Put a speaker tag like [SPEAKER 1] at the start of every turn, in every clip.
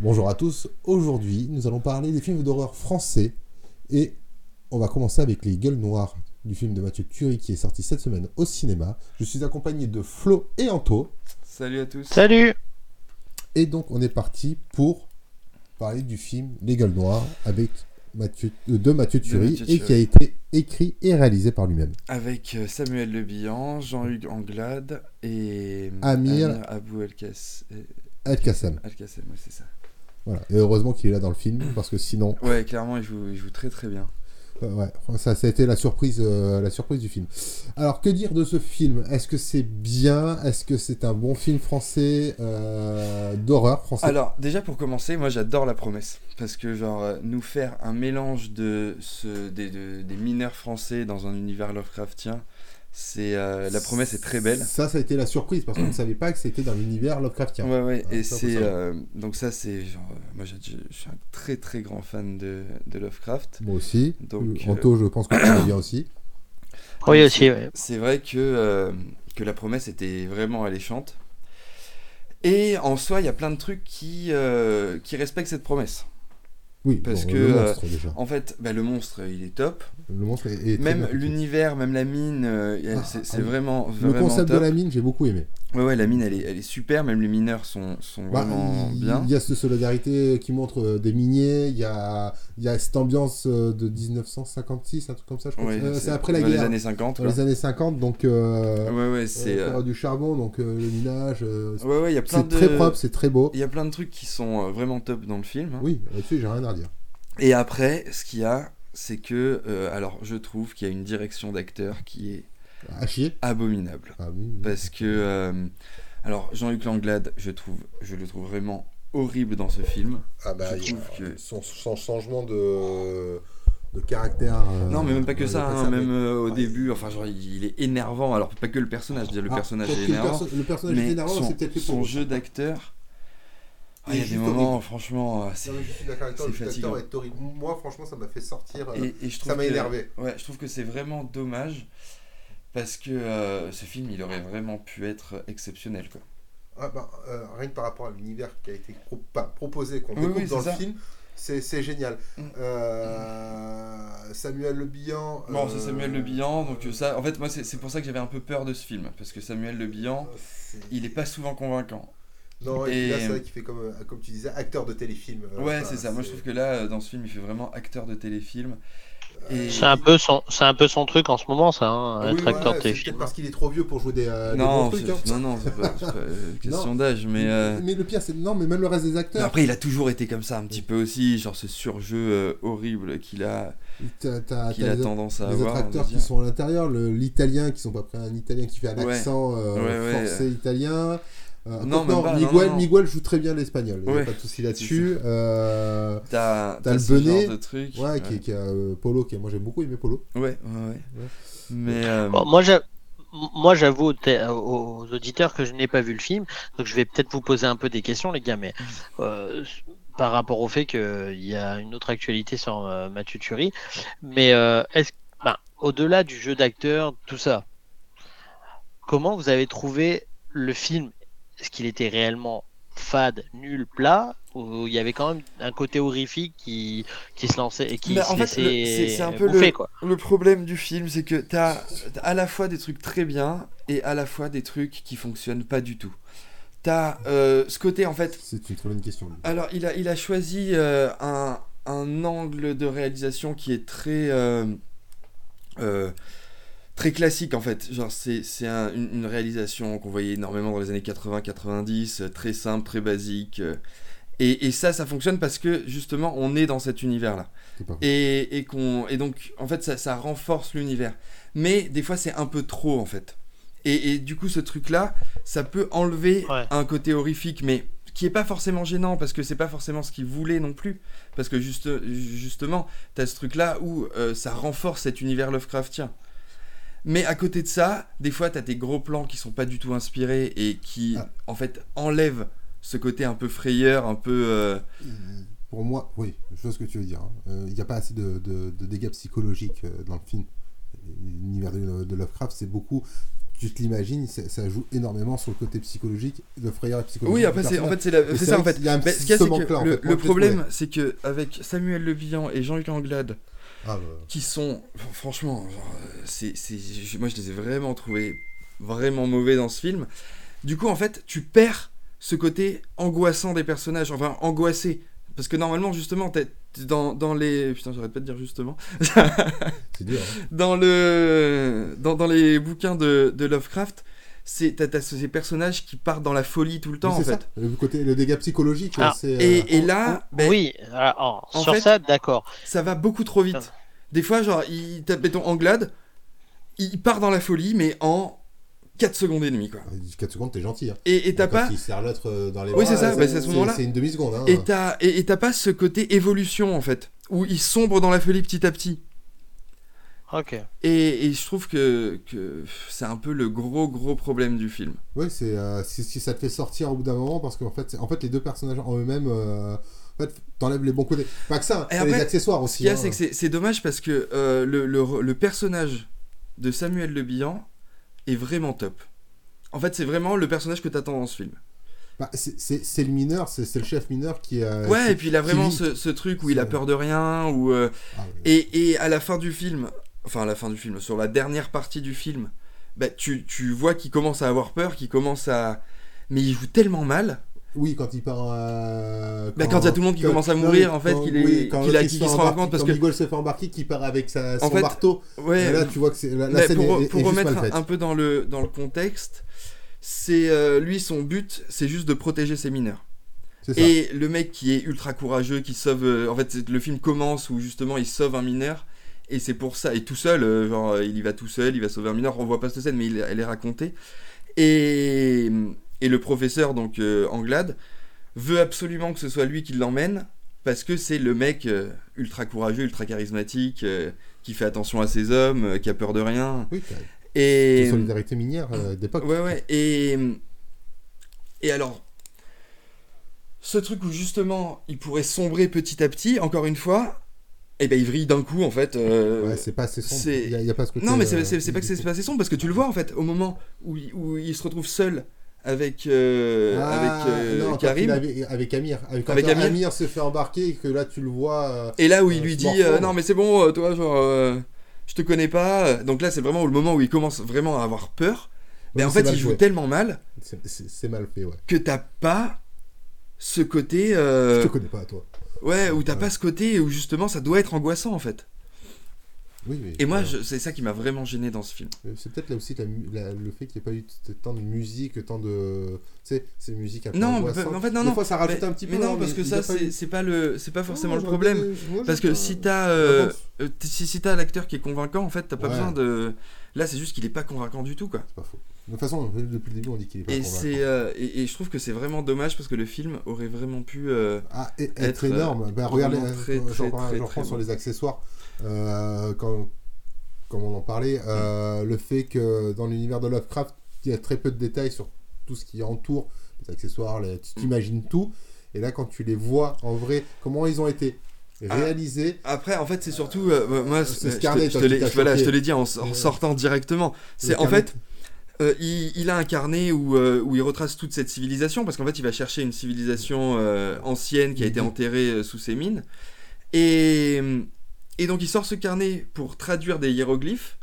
[SPEAKER 1] Bonjour à tous. Aujourd'hui, nous allons parler des films d'horreur français et on va commencer avec Les Gueules Noires du film de Mathieu Curie qui est sorti cette semaine au cinéma. Je suis accompagné de Flo et Anto
[SPEAKER 2] Salut à tous.
[SPEAKER 3] Salut
[SPEAKER 1] et donc on est parti pour parler du film Les Gueules Noires avec Mathieu, euh, de Mathieu
[SPEAKER 2] De
[SPEAKER 1] Curie
[SPEAKER 2] Mathieu
[SPEAKER 1] et qui a
[SPEAKER 2] Thury.
[SPEAKER 1] été écrit et réalisé par lui-même.
[SPEAKER 2] Avec euh, Samuel Le Bihan, Jean-Hugues Anglade et
[SPEAKER 1] Amir.
[SPEAKER 2] Abou Alkas- euh,
[SPEAKER 1] Ed Kassem.
[SPEAKER 2] Alkassem. ouais, c'est ça.
[SPEAKER 1] Voilà. Et heureusement qu'il est là dans le film parce que sinon
[SPEAKER 2] Ouais, clairement, il joue, il joue très très bien.
[SPEAKER 1] Euh, ouais, ça, ça a été la surprise, euh, la surprise du film. Alors, que dire de ce film Est-ce que c'est bien Est-ce que c'est un bon film français euh, d'horreur français
[SPEAKER 2] Alors, déjà pour commencer, moi j'adore la promesse. Parce que, genre, euh, nous faire un mélange de ce, des, de- des mineurs français dans un univers Lovecraftien, c'est, euh, la promesse est très belle.
[SPEAKER 1] Ça, ça a été la surprise parce qu'on ne savait pas que c'était dans l'univers Lovecraftien.
[SPEAKER 2] Ouais, ouais,
[SPEAKER 1] Ah,
[SPEAKER 2] et
[SPEAKER 1] ça, faut
[SPEAKER 2] c'est.
[SPEAKER 1] savoir.
[SPEAKER 2] euh, donc, ça, c'est genre. euh, Moi, j'ai- je je suis un très très grand fan de, de Lovecraft.
[SPEAKER 1] Moi aussi. Euh,
[SPEAKER 2] Donc, euh,
[SPEAKER 1] Anto, je pense que tu l'as bien aussi.
[SPEAKER 3] Oui aussi, ouais.
[SPEAKER 2] C'est vrai que, euh, que la promesse était vraiment alléchante. Et en soi, il y a plein de trucs qui, euh, qui respectent cette promesse.
[SPEAKER 1] Oui,
[SPEAKER 2] Parce
[SPEAKER 1] bon,
[SPEAKER 2] que,
[SPEAKER 1] le
[SPEAKER 2] euh,
[SPEAKER 1] monstre déjà.
[SPEAKER 2] En fait, bah, le monstre, il est top.
[SPEAKER 1] Le monstre est, est très bien
[SPEAKER 2] Même
[SPEAKER 1] foutu.
[SPEAKER 2] l'univers, même la mine, euh, y a-
[SPEAKER 1] Ah,
[SPEAKER 2] c'est
[SPEAKER 1] ah,
[SPEAKER 2] c'est vraiment,
[SPEAKER 1] Le
[SPEAKER 2] vraiment
[SPEAKER 1] concept
[SPEAKER 2] top.
[SPEAKER 1] de la mine, j'ai beaucoup aimé.
[SPEAKER 2] Ouais, ouais, la mine, elle est, elle est super. Même les mineurs sont, sont
[SPEAKER 1] Bah,
[SPEAKER 2] vraiment
[SPEAKER 1] il-
[SPEAKER 2] bien.
[SPEAKER 1] Il y a cette solidarité qui montre euh, des miniers, il y a, il y a cette ambiance euh, de 1956, un truc comme ça, je crois.
[SPEAKER 2] Ouais,
[SPEAKER 1] que- euh, c'est après la
[SPEAKER 2] dans
[SPEAKER 1] guerre.
[SPEAKER 2] les années 50.
[SPEAKER 1] dans
[SPEAKER 2] quoi.
[SPEAKER 1] les années 50, donc euh,
[SPEAKER 2] Ouais, ouais,
[SPEAKER 1] euh,
[SPEAKER 2] c'est.
[SPEAKER 1] faire
[SPEAKER 2] euh,
[SPEAKER 1] du charbon, donc euh, le village, euh,
[SPEAKER 2] Ouais, ouais, il y a plein
[SPEAKER 1] c'est
[SPEAKER 2] de.
[SPEAKER 1] très propre, c'est très beau.
[SPEAKER 2] Il y a plein de trucs qui sont euh, vraiment top dans le film. hein.
[SPEAKER 1] Oui, là-dessus, j'ai rien à dire.
[SPEAKER 2] Et après, ce qu'il y a, c'est que, euh, alors, je trouve qu'il y a une direction d'acteur qui est
[SPEAKER 1] À chier.
[SPEAKER 2] abominable.
[SPEAKER 1] Ah, oui, oui.
[SPEAKER 2] Parce que, euh, alors, Jean-Luc Langlade, je trouve, je le trouve vraiment horrible dans ce film.
[SPEAKER 1] Ah, bah,
[SPEAKER 2] je
[SPEAKER 1] il y a
[SPEAKER 2] trouve que-
[SPEAKER 1] son, son changement de, de caractère. euh,
[SPEAKER 2] non, mais même pas que
[SPEAKER 1] euh,
[SPEAKER 2] ça,
[SPEAKER 1] de
[SPEAKER 2] hein,
[SPEAKER 1] façade,
[SPEAKER 2] même
[SPEAKER 1] mais-
[SPEAKER 2] euh, au
[SPEAKER 1] Ouais.
[SPEAKER 2] début, enfin, genre, il est énervant. Alors, pas que le personnage, je veux dire, le
[SPEAKER 1] Ah,
[SPEAKER 2] personnage
[SPEAKER 1] peut-être
[SPEAKER 2] est
[SPEAKER 1] que le
[SPEAKER 2] énervant.
[SPEAKER 1] perso- Le personnage est
[SPEAKER 2] Mais
[SPEAKER 1] énervant,
[SPEAKER 2] son,
[SPEAKER 1] c'est peut-être fait
[SPEAKER 2] son
[SPEAKER 1] pour.
[SPEAKER 2] jeu d'acteur, ah, il
[SPEAKER 1] Il
[SPEAKER 2] y
[SPEAKER 1] est
[SPEAKER 2] a des
[SPEAKER 1] juste
[SPEAKER 2] moments, franchement, euh, c'est-
[SPEAKER 1] Non, mais je suis d'accord avec toi,
[SPEAKER 2] c'est
[SPEAKER 1] le jeu d'acteur
[SPEAKER 2] fatigant.
[SPEAKER 1] est horrible. Moi, franchement, ça m'a fait sortir. euh,
[SPEAKER 2] et, et je trouve
[SPEAKER 1] ça m'a
[SPEAKER 2] que-
[SPEAKER 1] énervé.
[SPEAKER 2] Ouais, je trouve que c'est vraiment dommage parce que euh, ce film, il aurait vraiment pu être exceptionnel. Quoi.
[SPEAKER 1] Ah bah, euh, rien que par rapport à l'univers qui a été pro- pas proposé, qu'on
[SPEAKER 2] Oui,
[SPEAKER 1] découpe
[SPEAKER 2] oui,
[SPEAKER 1] dans le
[SPEAKER 2] c'est ça.
[SPEAKER 1] film, c'est c'est génial.
[SPEAKER 2] Mm.
[SPEAKER 1] Euh, Samuel Le Bihan.
[SPEAKER 2] Non,
[SPEAKER 1] euh,
[SPEAKER 2] c'est Samuel Le Bihan, donc euh, ça, en fait, moi, c'est c'est pour ça que j'avais un peu peur de ce film parce que Samuel Le Bihan,
[SPEAKER 1] euh, c'est-
[SPEAKER 2] il est pas souvent convaincant.
[SPEAKER 1] Non, et, puis
[SPEAKER 2] et-
[SPEAKER 1] là, c'est vrai qu'il fait comme, euh, comme tu disais, acteur de téléfilm. Euh,
[SPEAKER 2] Ouais,
[SPEAKER 1] enfin,
[SPEAKER 2] c'est ça. Moi, je trouve que là, euh, dans ce film, il fait vraiment acteur de téléfilm. Et...
[SPEAKER 3] C'est un peu son, c'est un peu son truc en ce moment, ça, hein,
[SPEAKER 1] Oui,
[SPEAKER 3] être
[SPEAKER 1] voilà,
[SPEAKER 3] acteur
[SPEAKER 1] c'est peut-être
[SPEAKER 3] téléfilm.
[SPEAKER 1] parce qu'il est trop vieux pour jouer des, euh, des
[SPEAKER 2] non,
[SPEAKER 1] bons trucs.
[SPEAKER 2] c'est-
[SPEAKER 1] hein.
[SPEAKER 2] non, non, c'est pas, c'est pas, euh, question d'âge, mais.
[SPEAKER 1] Mais,
[SPEAKER 2] euh,
[SPEAKER 1] le pire, c'est non, mais même le reste des
[SPEAKER 2] mais
[SPEAKER 1] acteurs.
[SPEAKER 2] après, il a toujours été comme ça un petit peu aussi, genre ce surjeu euh, horrible qu'il a,
[SPEAKER 1] T'as- t'as-
[SPEAKER 2] qu'il
[SPEAKER 1] Ah, t'as
[SPEAKER 2] a
[SPEAKER 1] les autres-
[SPEAKER 2] tendance à
[SPEAKER 1] les
[SPEAKER 2] avoir.
[SPEAKER 1] autres
[SPEAKER 2] on va
[SPEAKER 1] acteurs qui
[SPEAKER 2] dire.
[SPEAKER 1] sont à l'intérieur, le- l'italien qui sont pas prêts à un italien qui fait un
[SPEAKER 2] Ouais.
[SPEAKER 1] accent euh,
[SPEAKER 2] Ouais, ouais.
[SPEAKER 1] forcé italien. Euh,
[SPEAKER 2] Non,
[SPEAKER 1] quoique
[SPEAKER 2] même pas, non,
[SPEAKER 1] Miguel,
[SPEAKER 2] non, non.
[SPEAKER 1] Miguel joue très bien l'espagnol, il y a
[SPEAKER 2] Ouais.
[SPEAKER 1] pas de souci là-dessus. Euh,
[SPEAKER 2] T'as
[SPEAKER 1] T'as le
[SPEAKER 2] ce genre
[SPEAKER 1] Benet.
[SPEAKER 2] de truc.
[SPEAKER 1] ouais, Qui, qui a, euh, Polo, qui a- moi j'ai beaucoup aimé Polo.
[SPEAKER 2] Ouais, ouais, ouais. Mais euh,
[SPEAKER 3] Bon, moi, j'a- moi, j'avoue aux, té- aux auditeurs que je n'ai pas vu le film, donc je vais peut-être vous poser un peu des questions, les gars, mais euh, par rapport au fait qu'il y a une autre actualité sur euh, Mathieu Thury, mais euh, est-ce, ben, au-delà du jeu d'acteur, tout ça, comment vous avez trouvé le film Est-ce qu'il était réellement fade, nul, plat ou il y avait quand même un côté horrifique qui, qui se lançait et qui
[SPEAKER 2] Mais
[SPEAKER 3] se
[SPEAKER 2] en fait,
[SPEAKER 3] laissait
[SPEAKER 2] le- c'est- c'est un peu
[SPEAKER 3] bouffer,
[SPEAKER 2] le-
[SPEAKER 3] quoi.
[SPEAKER 2] le problème du film, c'est que t'as t'as à la fois des trucs très bien et à la fois des trucs qui fonctionnent pas du tout. T'as euh, ce côté en fait.
[SPEAKER 1] C'est une très bonne question. lui.
[SPEAKER 2] Alors, il a, il a choisi euh, un, un angle de réalisation qui est très. euh, euh, Très classique en fait, genre c'est c'est un- une, une réalisation qu'on voyait énormément dans les années 80-90, très simple, très basique. euh, et- et ça, ça fonctionne parce que justement on est dans cet univers là.
[SPEAKER 1] C'est pas faux.
[SPEAKER 2] et, et qu'on et donc en fait ça, ça renforce l'univers mais des fois c'est un peu trop en fait et, et du coup ce truc là ça peut enlever
[SPEAKER 3] Ouais.
[SPEAKER 2] un côté horrifique mais qui est pas forcément gênant parce que c'est pas forcément ce qu'il voulait non plus parce que juste justement t'as ce truc là où euh, ça renforce cet univers Lovecraftien mais à côté de ça des fois t'as des gros plans qui sont pas du tout inspirés et qui
[SPEAKER 1] Ah.
[SPEAKER 2] en fait enlèvent ce côté un peu frayeur un peu euh,
[SPEAKER 1] Il- Pour moi, oui, je vois ce que tu veux dire. hein. Euh, Il n'y a pas assez de, de- de dégâts psychologiques euh, dans le film. L'univers de, de Lovecraft, c'est beaucoup. tu te l'imagines, ça, ça joue énormément sur le côté psychologique, le frayeur psychologique.
[SPEAKER 2] Oui,
[SPEAKER 1] du
[SPEAKER 2] après, c'est en
[SPEAKER 1] personnage.
[SPEAKER 2] fait, c'est la-
[SPEAKER 1] Et
[SPEAKER 2] c'est ça, en
[SPEAKER 1] vrai
[SPEAKER 2] fait.
[SPEAKER 1] qu'il y a un
[SPEAKER 2] Mais
[SPEAKER 1] petit-
[SPEAKER 2] Bah, ce qu'il y a,
[SPEAKER 1] ce
[SPEAKER 2] c'est que
[SPEAKER 1] manque-là, en
[SPEAKER 2] le,
[SPEAKER 1] fait.
[SPEAKER 2] le
[SPEAKER 1] Moi, je l'ai
[SPEAKER 2] problème,
[SPEAKER 1] trouvé.
[SPEAKER 2] c'est que avec Samuel Lebihan et Jean-Luc Anglade,
[SPEAKER 1] Ah, bah,
[SPEAKER 2] qui sont, franchement, genre, euh, c'est, c'est- je- moi je les ai vraiment trouvés vraiment mauvais dans ce film. Du coup, en fait, tu perds ce côté angoissant des personnages, enfin angoissé. Parce que normalement, justement, t'es t'es dans, dans les. Putain, j'arrête pas de dire justement.
[SPEAKER 1] c'est dur. hein.
[SPEAKER 2] dans le dans, dans les bouquins de, de Lovecraft, c'est t'as, t'as ces personnages qui partent dans la folie tout le temps en
[SPEAKER 1] Mais c'est
[SPEAKER 2] fait.
[SPEAKER 1] ça, le côté, le dégât psychologique,
[SPEAKER 3] Ah,
[SPEAKER 1] c'est. euh,
[SPEAKER 2] Et, et là, ben,
[SPEAKER 3] oui, alors,
[SPEAKER 2] en
[SPEAKER 3] sur
[SPEAKER 2] fait-
[SPEAKER 3] ça, d'accord.
[SPEAKER 2] ça va beaucoup trop vite. Des fois, genre, il tape béton en glade, il part dans la folie, mais en 4 secondes et demie quoi.
[SPEAKER 1] 4 euh, secondes, t'es gentil. Hein.
[SPEAKER 2] Et et t'as
[SPEAKER 1] Quand
[SPEAKER 2] pas
[SPEAKER 1] il serre l'autre euh, dans les bras,
[SPEAKER 2] Oui, c'est ça, bah, c'est à ce moment-là.
[SPEAKER 1] C'est une demi-seconde. Hein.
[SPEAKER 2] et t'as et, et t'as pas ce côté évolution en fait, où il sombre dans la folie petit à petit.
[SPEAKER 3] Ok.
[SPEAKER 2] Et, et je trouve que, que c'est un peu le gros gros problème du film.
[SPEAKER 1] Oui, c'est euh, c'est ce qui ça te fait sortir au bout d'un moment parce qu'en fait, c'est- en fait, les deux personnages en eux-mêmes, euh, en fait, t'enlèves les bons côtés. Pas que ça,
[SPEAKER 2] Et
[SPEAKER 1] t'as les
[SPEAKER 2] après,
[SPEAKER 1] accessoires
[SPEAKER 2] Ce
[SPEAKER 1] aussi.
[SPEAKER 2] qu'il y a,
[SPEAKER 1] hein.
[SPEAKER 2] c'est que c'est- c'est dommage parce que euh, le, le- le personnage de Samuel Le Bihan est vraiment top. En fait, c'est vraiment le personnage que t'attends dans ce film.
[SPEAKER 1] Bah, c'est- c'est c'est le mineur, c'est c'est le chef mineur qui. euh,
[SPEAKER 2] ouais,
[SPEAKER 1] qui-
[SPEAKER 2] et puis il a
[SPEAKER 1] qui
[SPEAKER 2] vraiment
[SPEAKER 1] vit.
[SPEAKER 2] ce, ce truc où il a
[SPEAKER 1] C'est-
[SPEAKER 2] peur de rien, ou euh,
[SPEAKER 1] Ah, ouais.
[SPEAKER 2] et, et à la fin du film, enfin à la fin du film, sur la dernière partie du film, bah, tu, tu vois qu'il commence à avoir peur, qu'il commence à... Mais il joue tellement mal.
[SPEAKER 1] Oui, quand il part. euh,
[SPEAKER 2] Bah, quand il y a tout le monde qui commence à
[SPEAKER 1] non,
[SPEAKER 2] mourir,
[SPEAKER 1] mais
[SPEAKER 2] en fait,
[SPEAKER 1] quand-
[SPEAKER 2] qu'il est-
[SPEAKER 1] oui, quand
[SPEAKER 2] qu'il
[SPEAKER 1] l'autre,
[SPEAKER 2] a-
[SPEAKER 1] il
[SPEAKER 2] qu'il
[SPEAKER 1] fait
[SPEAKER 2] se rend
[SPEAKER 1] embarquer,
[SPEAKER 2] compte parce
[SPEAKER 1] quand
[SPEAKER 2] que-
[SPEAKER 1] Miguel se fait embarquer, qui part avec sa, son
[SPEAKER 2] fait,
[SPEAKER 1] marteau.
[SPEAKER 2] Ouais, euh,
[SPEAKER 1] Et là, tu vois que c'est- la, la
[SPEAKER 2] Mais
[SPEAKER 1] scène
[SPEAKER 2] pour,
[SPEAKER 1] est, est-
[SPEAKER 2] pour
[SPEAKER 1] est juste
[SPEAKER 2] remettre
[SPEAKER 1] mal faite.
[SPEAKER 2] un, un peu dans le, dans le contexte, c'est euh, lui son but, c'est juste de protéger ses mineurs.
[SPEAKER 1] C'est ça.
[SPEAKER 2] Et le mec qui est ultra courageux, qui sauve, euh, en fait c'est- le film commence où justement il sauve un mineur et c'est pour ça et tout seul, euh, genre euh, il y va tout seul, il va sauver un mineur. On voit pas cette scène mais il- elle est racontée. Et, et le professeur donc euh, Anglade veut absolument que ce soit lui qui l'emmène parce que c'est le mec euh, ultra courageux, ultra charismatique, euh, qui fait attention à ses hommes, euh, qui a peur de rien.
[SPEAKER 1] Oui, t'as-
[SPEAKER 2] Et
[SPEAKER 1] la solidarité minière euh, d'époque.
[SPEAKER 2] ouais ouais et et alors ce truc où justement il pourrait sombrer petit à petit encore une fois et ben il vrille d'un coup en fait euh,
[SPEAKER 1] Ouais, c'est pas assez sombre.
[SPEAKER 2] c'est-
[SPEAKER 1] Il y a- il y a pas ce côté,
[SPEAKER 2] non mais
[SPEAKER 1] euh,
[SPEAKER 2] c'est c'est- c'est pas que c'est pas assez sombre parce que tu le vois en fait au moment où il, où il se retrouve seul avec euh,
[SPEAKER 1] Ah,
[SPEAKER 2] avec euh,
[SPEAKER 1] non, quand
[SPEAKER 2] Karim
[SPEAKER 1] il avait- avec Amir. Avec, quand
[SPEAKER 2] Avec Amir.
[SPEAKER 1] Amir. se fait embarquer et que là tu le vois. euh,
[SPEAKER 2] Et là où il
[SPEAKER 1] Euh,
[SPEAKER 2] lui
[SPEAKER 1] je
[SPEAKER 2] dit
[SPEAKER 1] m'en fous,
[SPEAKER 2] euh,
[SPEAKER 1] moi.
[SPEAKER 2] non mais c'est bon euh, toi genre euh, je te connais pas euh, donc là c'est vraiment le moment où il commence vraiment à avoir peur mais
[SPEAKER 1] ouais,
[SPEAKER 2] Ben, en
[SPEAKER 1] c'est
[SPEAKER 2] fait
[SPEAKER 1] mal
[SPEAKER 2] il joue
[SPEAKER 1] joué.
[SPEAKER 2] tellement mal
[SPEAKER 1] C'est- C'est c'est mal fait, ouais.
[SPEAKER 2] que t'as pas ce côté euh,
[SPEAKER 1] Je te connais pas, toi.
[SPEAKER 2] ouais où
[SPEAKER 1] Euh.
[SPEAKER 2] t'as pas ce côté où justement ça doit être angoissant en fait
[SPEAKER 1] Oui, mais,
[SPEAKER 2] et moi
[SPEAKER 1] euh,
[SPEAKER 2] je- c'est ça qui m'a vraiment gêné dans ce film
[SPEAKER 1] euh, C'est peut-être là aussi la mu- la- le fait qu'il n'y ait pas eu t- tant de musique, tant de. Tu sais, ces musiques un peu.
[SPEAKER 2] non mais
[SPEAKER 1] angoissantes.
[SPEAKER 2] en fait non
[SPEAKER 1] Des
[SPEAKER 2] non
[SPEAKER 1] fois, ça rajoute
[SPEAKER 2] mais,
[SPEAKER 1] un petit peu.
[SPEAKER 2] mais non
[SPEAKER 1] hein,
[SPEAKER 2] parce que
[SPEAKER 1] il y
[SPEAKER 2] ça
[SPEAKER 1] a pas eu-
[SPEAKER 2] c'est c'est pas le c'est pas forcément
[SPEAKER 1] Non,
[SPEAKER 2] le
[SPEAKER 1] j'aurais
[SPEAKER 2] problème
[SPEAKER 1] bien- moi,
[SPEAKER 2] parce
[SPEAKER 1] je-
[SPEAKER 2] que si t'as euh, euh, t- si, si t'as l'acteur qui est convaincant en fait t'as pas
[SPEAKER 1] Ouais.
[SPEAKER 2] besoin de là c'est juste qu'il est pas convaincant du tout quoi
[SPEAKER 1] C'est pas faux. De toute façon, depuis le début, on dit qu'il est pas
[SPEAKER 2] et
[SPEAKER 1] convaincant.
[SPEAKER 2] c'est euh, et, et je trouve que c'est vraiment dommage parce que le film aurait vraiment pu euh,
[SPEAKER 1] Ah, et- être,
[SPEAKER 2] être,
[SPEAKER 1] énorme. Bah, regardez,
[SPEAKER 2] vraiment très,
[SPEAKER 1] euh,
[SPEAKER 2] très,
[SPEAKER 1] j'en prends-
[SPEAKER 2] très,
[SPEAKER 1] j'en
[SPEAKER 2] très
[SPEAKER 1] prends sur
[SPEAKER 2] bon.
[SPEAKER 1] les accessoires. Euh, quand- comme on en parlait,
[SPEAKER 2] Mm.
[SPEAKER 1] euh, le fait que dans l'univers de Lovecraft, il y a très peu de détails sur tout ce qui entoure les accessoires, les- tu
[SPEAKER 2] Mm.
[SPEAKER 1] t'imagines tout. Et là, quand tu les vois en vrai, comment ils ont été
[SPEAKER 2] Ah.
[SPEAKER 1] réalisés,
[SPEAKER 2] Après, en fait, c'est surtout. euh, moi- moi,
[SPEAKER 1] c'est
[SPEAKER 2] je- je,
[SPEAKER 1] Scarlett,
[SPEAKER 2] te- je
[SPEAKER 1] hein,
[SPEAKER 2] te
[SPEAKER 1] qui
[SPEAKER 2] l'ai-
[SPEAKER 1] t'a
[SPEAKER 2] voilà, je te
[SPEAKER 1] choqué.
[SPEAKER 2] l'ai dit en, s- en
[SPEAKER 1] Euh,
[SPEAKER 2] sortant directement. C'est
[SPEAKER 1] le
[SPEAKER 2] en
[SPEAKER 1] carnet-
[SPEAKER 2] fait, euh, il, il a un carnet où, euh, où il retrace toute cette civilisation parce qu'en fait, il va chercher une civilisation euh, ancienne qui a été
[SPEAKER 1] Mhm.
[SPEAKER 2] enterrée euh, sous ses mines. Et, et donc, il sort ce carnet pour traduire des hiéroglyphes.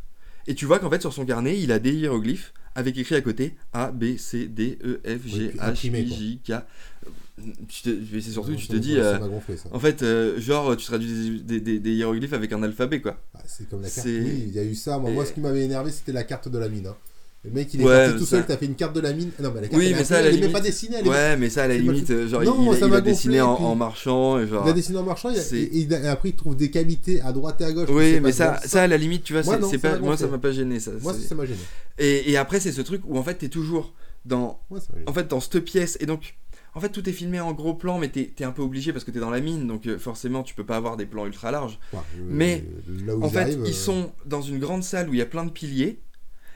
[SPEAKER 2] Et tu vois qu'en fait, sur son carnet, il a des hiéroglyphes avec écrit à côté A, B, C, D, E, F,
[SPEAKER 1] Oui,
[SPEAKER 2] G,
[SPEAKER 1] puis
[SPEAKER 2] H,
[SPEAKER 1] imprimé,
[SPEAKER 2] I,
[SPEAKER 1] quoi.
[SPEAKER 2] J, K. Euh, Tu te- mais C'est surtout,
[SPEAKER 1] Non,
[SPEAKER 2] tu
[SPEAKER 1] ça
[SPEAKER 2] te
[SPEAKER 1] m'a-
[SPEAKER 2] dis.
[SPEAKER 1] ça
[SPEAKER 2] euh,
[SPEAKER 1] m'a gonflé, ça.
[SPEAKER 2] en fait, euh, genre, tu traduis des, des- des- des hiéroglyphes avec un alphabet, quoi.
[SPEAKER 1] Ah, c'est comme la carte.
[SPEAKER 2] c'est-
[SPEAKER 1] Oui, il y a eu ça. Moi, moi,
[SPEAKER 2] Et-
[SPEAKER 1] ce qui m'avait énervé, c'était la carte de la mine. hein. Le mec, il est
[SPEAKER 2] Ouais,
[SPEAKER 1] parti tout
[SPEAKER 2] ça-
[SPEAKER 1] seul, t'as fait une carte de la mine. Ah Non, mais la carte,
[SPEAKER 2] Oui,
[SPEAKER 1] elle, est
[SPEAKER 2] mais ça,
[SPEAKER 1] imprimée,
[SPEAKER 2] à
[SPEAKER 1] elle
[SPEAKER 2] la
[SPEAKER 1] est même
[SPEAKER 2] limite-
[SPEAKER 1] pas dessinée, elle est
[SPEAKER 2] Ouais, mais ça, à la
[SPEAKER 1] Ah, c'est pas
[SPEAKER 2] limite, euh, genre,
[SPEAKER 1] Non,
[SPEAKER 2] il,
[SPEAKER 1] ça
[SPEAKER 2] il
[SPEAKER 1] m'a
[SPEAKER 2] a
[SPEAKER 1] gonflé, et
[SPEAKER 2] dessiné en,
[SPEAKER 1] puis-
[SPEAKER 2] en marchant, et genre...
[SPEAKER 1] Il a dessiné en marchant, il a-
[SPEAKER 2] C'est-
[SPEAKER 1] et, et après il trouve des cavités à droite et à gauche.
[SPEAKER 2] Oui,
[SPEAKER 1] C'est
[SPEAKER 2] mais
[SPEAKER 1] pas
[SPEAKER 2] ça,
[SPEAKER 1] bon,
[SPEAKER 2] ça, à la limite, tu vois,
[SPEAKER 1] Moi,
[SPEAKER 2] c'est-
[SPEAKER 1] non,
[SPEAKER 2] c'est
[SPEAKER 1] ça
[SPEAKER 2] pas,
[SPEAKER 1] m'a
[SPEAKER 2] moi, ça
[SPEAKER 1] gonflé.
[SPEAKER 2] m'a pas gêné, ça.
[SPEAKER 1] Moi,
[SPEAKER 2] c'est-
[SPEAKER 1] ça ça m'a gêné.
[SPEAKER 2] Et, et après, c'est ce truc où, en fait, t'es toujours dans...
[SPEAKER 1] Moi, ça m'a gêné.
[SPEAKER 2] En fait, dans cette pièce, et donc... En fait, tout est filmé en gros plan, mais t'es t'es un peu obligé parce que t'es dans la mine, donc euh, forcément, tu peux pas avoir des plans ultra larges.
[SPEAKER 1] Ouais, euh,
[SPEAKER 2] mais,
[SPEAKER 1] là où
[SPEAKER 2] en fait,
[SPEAKER 1] arrivent, euh,
[SPEAKER 2] ils sont dans une grande salle où il y a plein de piliers,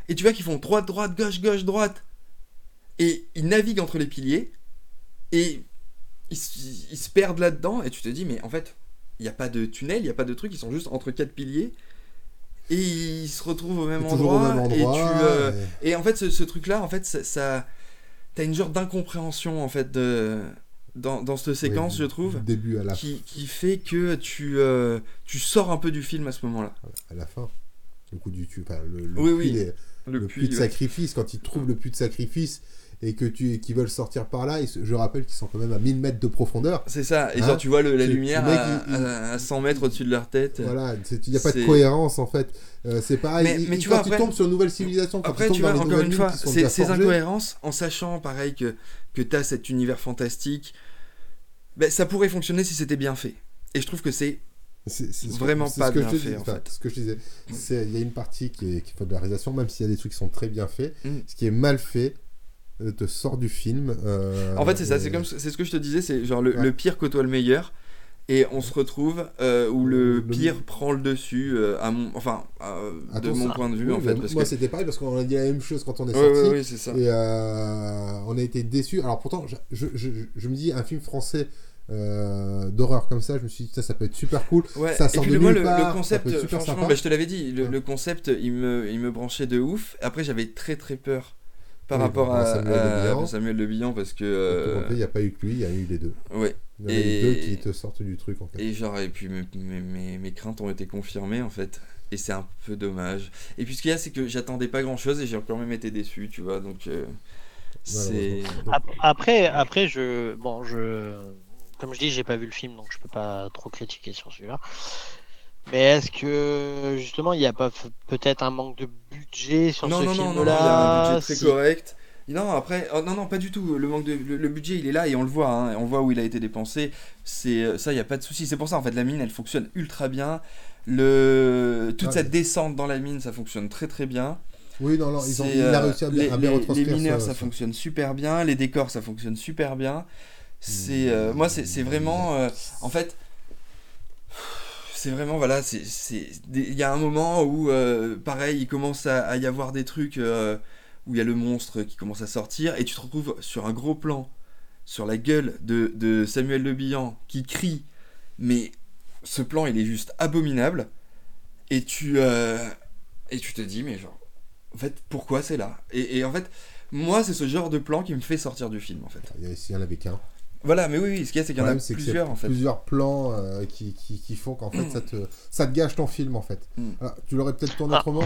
[SPEAKER 2] et tu vois qu'ils font droite, droite, gauche, gauche, droite. Et ils naviguent entre les piliers, et ils, s- ils se perdent là-dedans, et tu te dis, mais en fait, il n'y a pas de tunnel, il n'y a pas de truc, ils sont juste entre quatre piliers. et ils se retrouvent au même,
[SPEAKER 1] T'es euh, toujours au
[SPEAKER 2] endroit,
[SPEAKER 1] même endroit.
[SPEAKER 2] et tu euh,
[SPEAKER 1] et-
[SPEAKER 2] et en fait, ce, ce truc-là, en fait, ça, ça- t'as une genre d'incompréhension en fait de dans, dans cette séquence,
[SPEAKER 1] ouais,
[SPEAKER 2] je trouve,
[SPEAKER 1] Du début à la,
[SPEAKER 2] qui, qui fait que tu euh, tu sors un peu du film à ce moment-là.
[SPEAKER 1] à la fin. Le coup du tu, enfin, le, le
[SPEAKER 2] Oui,
[SPEAKER 1] puits
[SPEAKER 2] oui.
[SPEAKER 1] des- le puits de
[SPEAKER 2] ouais.
[SPEAKER 1] sacrifice, quand ils trouvent le puits de sacrifice et que tu, qu'ils veulent sortir par là, ils se- je rappelle qu'ils sont quand même à 1000 mètres de profondeur.
[SPEAKER 2] C'est ça. Et
[SPEAKER 1] Hein
[SPEAKER 2] genre, tu vois le- la
[SPEAKER 1] C'est-
[SPEAKER 2] lumière
[SPEAKER 1] le mec,
[SPEAKER 2] à,
[SPEAKER 1] il- il-
[SPEAKER 2] à- à 100 mètres au-dessus de leur tête.
[SPEAKER 1] Voilà, c'est- il n'y a pas de
[SPEAKER 2] C'est-
[SPEAKER 1] cohérence en fait. Euh, c'est pareil,
[SPEAKER 2] Mais-
[SPEAKER 1] il-
[SPEAKER 2] mais
[SPEAKER 1] il-
[SPEAKER 2] tu
[SPEAKER 1] quand
[SPEAKER 2] vois,
[SPEAKER 1] tu
[SPEAKER 2] après-
[SPEAKER 1] tombes sur une nouvelle civilisation, quand
[SPEAKER 2] Après,
[SPEAKER 1] tu tombes
[SPEAKER 2] tu
[SPEAKER 1] dans
[SPEAKER 2] vois,
[SPEAKER 1] les
[SPEAKER 2] encore
[SPEAKER 1] nouvelles
[SPEAKER 2] une
[SPEAKER 1] mines
[SPEAKER 2] fois,
[SPEAKER 1] qui sont
[SPEAKER 2] ces,
[SPEAKER 1] déjà
[SPEAKER 2] ces
[SPEAKER 1] forgées,
[SPEAKER 2] incohérences, en sachant, pareil, que, que tu as cet univers fantastique, ben, ça pourrait fonctionner si c'était bien fait. Et je trouve que c'est.
[SPEAKER 1] C'est c'est ce que-
[SPEAKER 2] Vraiment
[SPEAKER 1] c'est
[SPEAKER 2] pas
[SPEAKER 1] ce que
[SPEAKER 2] bien
[SPEAKER 1] je te dis,
[SPEAKER 2] fait, en
[SPEAKER 1] enfin,
[SPEAKER 2] fait. Mm.
[SPEAKER 1] Ce que je disais, c'est- il y a une partie qui est, qui fait de la réalisation, même s'il y a des trucs qui sont très bien faits.
[SPEAKER 2] Mm.
[SPEAKER 1] Ce qui est mal fait euh, te sort du film. euh,
[SPEAKER 2] En fait, c'est ça,
[SPEAKER 1] et-
[SPEAKER 2] c'est comme c'est ce que je te disais, c'est genre le,
[SPEAKER 1] Ouais.
[SPEAKER 2] le pire côtoie le meilleur. Et on se retrouve euh, où le
[SPEAKER 1] Le-
[SPEAKER 2] pire prend le dessus, euh, à mon, enfin, euh, de
[SPEAKER 1] Attends,
[SPEAKER 2] mon
[SPEAKER 1] ça-
[SPEAKER 2] point de vue,
[SPEAKER 1] Oui,
[SPEAKER 2] en
[SPEAKER 1] mais
[SPEAKER 2] fait. Parce
[SPEAKER 1] moi,
[SPEAKER 2] que...
[SPEAKER 1] c'était pareil parce qu'on a dit la même chose quand on est
[SPEAKER 2] Ouais,
[SPEAKER 1] sorti.
[SPEAKER 2] ouais, ouais, c'est ça.
[SPEAKER 1] Et euh, on a été déçus. Alors pourtant, je, je, je- je me dis, un film français euh, d'horreur comme ça, je me suis dit, ça, ça peut être super cool.
[SPEAKER 2] Ouais,
[SPEAKER 1] ça sort
[SPEAKER 2] et puis
[SPEAKER 1] de
[SPEAKER 2] moi,
[SPEAKER 1] nulle
[SPEAKER 2] le,
[SPEAKER 1] part,
[SPEAKER 2] le
[SPEAKER 1] ça
[SPEAKER 2] concept,
[SPEAKER 1] peut être super
[SPEAKER 2] franchement,
[SPEAKER 1] sympa.
[SPEAKER 2] bah, je te l'avais dit, le,
[SPEAKER 1] Ouais.
[SPEAKER 2] le concept, il me, il me branchait de ouf. Après, j'avais très très peur par
[SPEAKER 1] Oui,
[SPEAKER 2] rapport
[SPEAKER 1] par
[SPEAKER 2] à
[SPEAKER 1] Samuel
[SPEAKER 2] à-
[SPEAKER 1] Le Bihan.
[SPEAKER 2] Samuel Le Bihan, parce que.
[SPEAKER 1] Donc, en fait, il
[SPEAKER 2] euh,
[SPEAKER 1] n'y a pas eu que lui, il y a eu les deux.
[SPEAKER 2] ouais,
[SPEAKER 1] Il y en a eu
[SPEAKER 2] Et-
[SPEAKER 1] deux qui te sortent du truc en fait.
[SPEAKER 2] et genre, et puis mes, mes, mes, mes craintes ont été confirmées en fait. Et c'est un peu dommage. Et puis ce qu'il y a, c'est que j'attendais pas grand chose et j'ai quand même été déçu, tu vois. Donc, euh, c'est.
[SPEAKER 1] Malheureusement.
[SPEAKER 3] Ap- Après, après, je, bon, je, comme je dis, j'ai pas vu le film, donc je peux pas trop critiquer sur celui-là. Mais est-ce que justement, il n'y a pas f- peut-être un manque de budget sur
[SPEAKER 2] Non,
[SPEAKER 3] ce
[SPEAKER 2] non, non, non, il y a un
[SPEAKER 3] film-là
[SPEAKER 2] budget très
[SPEAKER 3] Ah, si-
[SPEAKER 2] correct. Non, après, oh, non, non, pas du tout. Le manque de, le, le budget, il est là et on le voit. hein. on voit où il a été dépensé. C'est euh, ça, il y a pas de souci. C'est pour ça, en fait, la mine, elle fonctionne ultra bien. Le toute
[SPEAKER 1] Ouais.
[SPEAKER 2] cette descente dans la mine, ça fonctionne très très bien.
[SPEAKER 1] Oui, non, non, ils ont,
[SPEAKER 2] C'est,
[SPEAKER 1] il a
[SPEAKER 2] euh,
[SPEAKER 1] réussi à bien,
[SPEAKER 2] les,
[SPEAKER 1] à bien
[SPEAKER 2] les-
[SPEAKER 1] retranscrire
[SPEAKER 2] les mineurs, ça,
[SPEAKER 1] ça
[SPEAKER 2] fonctionne super bien. Les décors, ça fonctionne super bien. C'est
[SPEAKER 1] Hmm.
[SPEAKER 2] euh, moi, c'est c'est vraiment, euh, en fait. C'est vraiment, voilà, c'est- c'est- il y a un moment où, euh, pareil, il commence à, à y avoir des trucs euh, où il y a le monstre qui commence à sortir, et tu te retrouves sur un gros plan, sur la gueule de, de Samuel Le Bihan qui crie, mais ce plan, il est juste abominable, et tu, euh, et tu te dis, mais genre, en fait, pourquoi c'est là et, et en fait, moi, c'est ce genre de plan qui me fait sortir du film, en fait.
[SPEAKER 1] Il y a- s'il y en avait qu'un.
[SPEAKER 2] Voilà, mais oui, oui, ce qu'il y a, c'est qu'il y en a
[SPEAKER 1] problème, c'est que c'est
[SPEAKER 2] plusieurs, en fait.
[SPEAKER 1] Plusieurs plans euh, qui, qui, qui font qu'en fait ça te, ça te gâche ton film en fait.
[SPEAKER 2] Mm.
[SPEAKER 1] Alors, tu l'aurais peut-être tourné
[SPEAKER 3] Ah.
[SPEAKER 1] autrement.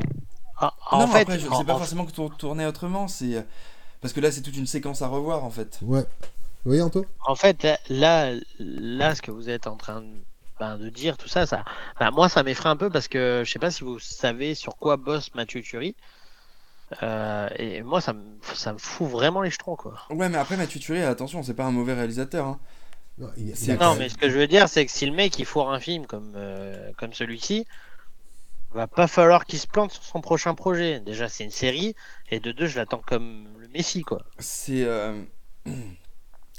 [SPEAKER 3] Ah, en
[SPEAKER 2] non,
[SPEAKER 3] fait,
[SPEAKER 2] après, je-
[SPEAKER 3] en-
[SPEAKER 2] c'est pas
[SPEAKER 3] en-
[SPEAKER 2] forcément que tour- tourner autrement, c'est euh, parce que là, c'est toute une séquence à revoir en fait.
[SPEAKER 1] Ouais. Vous voyez Anto
[SPEAKER 3] En fait, là, là, ce que vous êtes en train de, ben, de dire, tout ça, ça, ben, moi, ça m'effraie un peu parce que je sais pas si vous savez sur quoi bosse Mathieu Curie. Euh, et moi, ça me, ça me fout vraiment les jetons, quoi.
[SPEAKER 2] Ouais, mais après, Mathieu Turé, attention, c'est pas un mauvais réalisateur. hein.
[SPEAKER 1] Non, il- il a
[SPEAKER 2] C'est-
[SPEAKER 1] quand
[SPEAKER 3] Non,
[SPEAKER 1] même-
[SPEAKER 3] mais ce que je veux dire, c'est que si le mec il foire un film comme, euh, comme celui-ci, va pas falloir qu'il se plante sur son prochain projet. Déjà, c'est une série, et de deux, je l'attends comme le Messi, quoi.
[SPEAKER 2] C'est euh,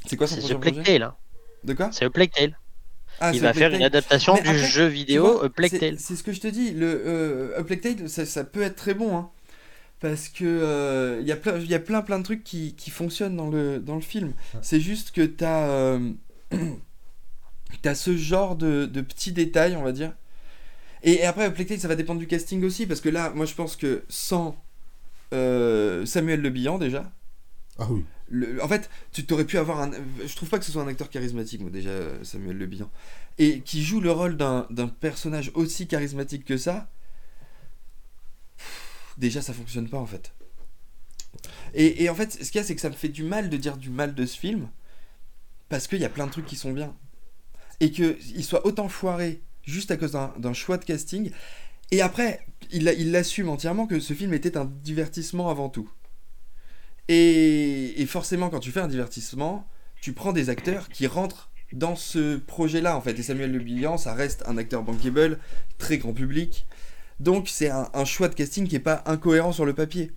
[SPEAKER 2] c'est quoi son
[SPEAKER 3] C'est The
[SPEAKER 2] prochain
[SPEAKER 3] Plague
[SPEAKER 2] projet
[SPEAKER 3] Tale, hein.
[SPEAKER 2] De quoi
[SPEAKER 3] C'est The Plague Tale.
[SPEAKER 2] Ah,
[SPEAKER 3] il
[SPEAKER 2] c'est
[SPEAKER 3] va faire
[SPEAKER 2] Plague
[SPEAKER 3] une
[SPEAKER 2] Tale.
[SPEAKER 3] adaptation
[SPEAKER 2] Mais
[SPEAKER 3] du
[SPEAKER 2] après,
[SPEAKER 3] jeu
[SPEAKER 2] Tu
[SPEAKER 3] vidéo
[SPEAKER 2] vois,
[SPEAKER 3] A Plague
[SPEAKER 2] c'est-
[SPEAKER 3] Tale.
[SPEAKER 2] C'est ce que je te dis. Le euh, A Plague Tale, ça, ça peut être très bon, hein, parce que euh, il y a plein, il y a plein, plein de trucs qui, qui fonctionnent dans le dans le film.
[SPEAKER 1] Ouais.
[SPEAKER 2] C'est juste que t'as euh, t'as ce genre de, de petits détails, on va dire. Et, et après, A Plague Tale, ça va dépendre du casting aussi, parce que là, moi, je pense que sans euh, Samuel Le Bihan déjà,
[SPEAKER 1] Ah oui.
[SPEAKER 2] le- en fait, tu t'aurais pu avoir un. Je trouve pas que ce soit un acteur charismatique, moi, déjà, euh, Samuel Le Bihan. Et qui joue le rôle d'un d'un personnage aussi charismatique que ça. pff, Déjà, ça fonctionne pas, en fait. Et, et en fait, ce qu'il y a, c'est que ça me fait du mal de dire du mal de ce film. Parce qu'il y a plein de trucs qui sont bien. Et qu'il soit autant foiré juste à cause d'un d'un choix de casting. Et après, il a- il l'assume entièrement que ce film était un divertissement avant tout. Et, et forcément, quand tu fais un divertissement, tu prends des acteurs qui rentrent dans ce projet-là, en fait. Et Samuel Le Bihan, ça reste un acteur bankable, très grand public. Donc, c'est un, un choix de casting qui n'est pas incohérent sur le papier.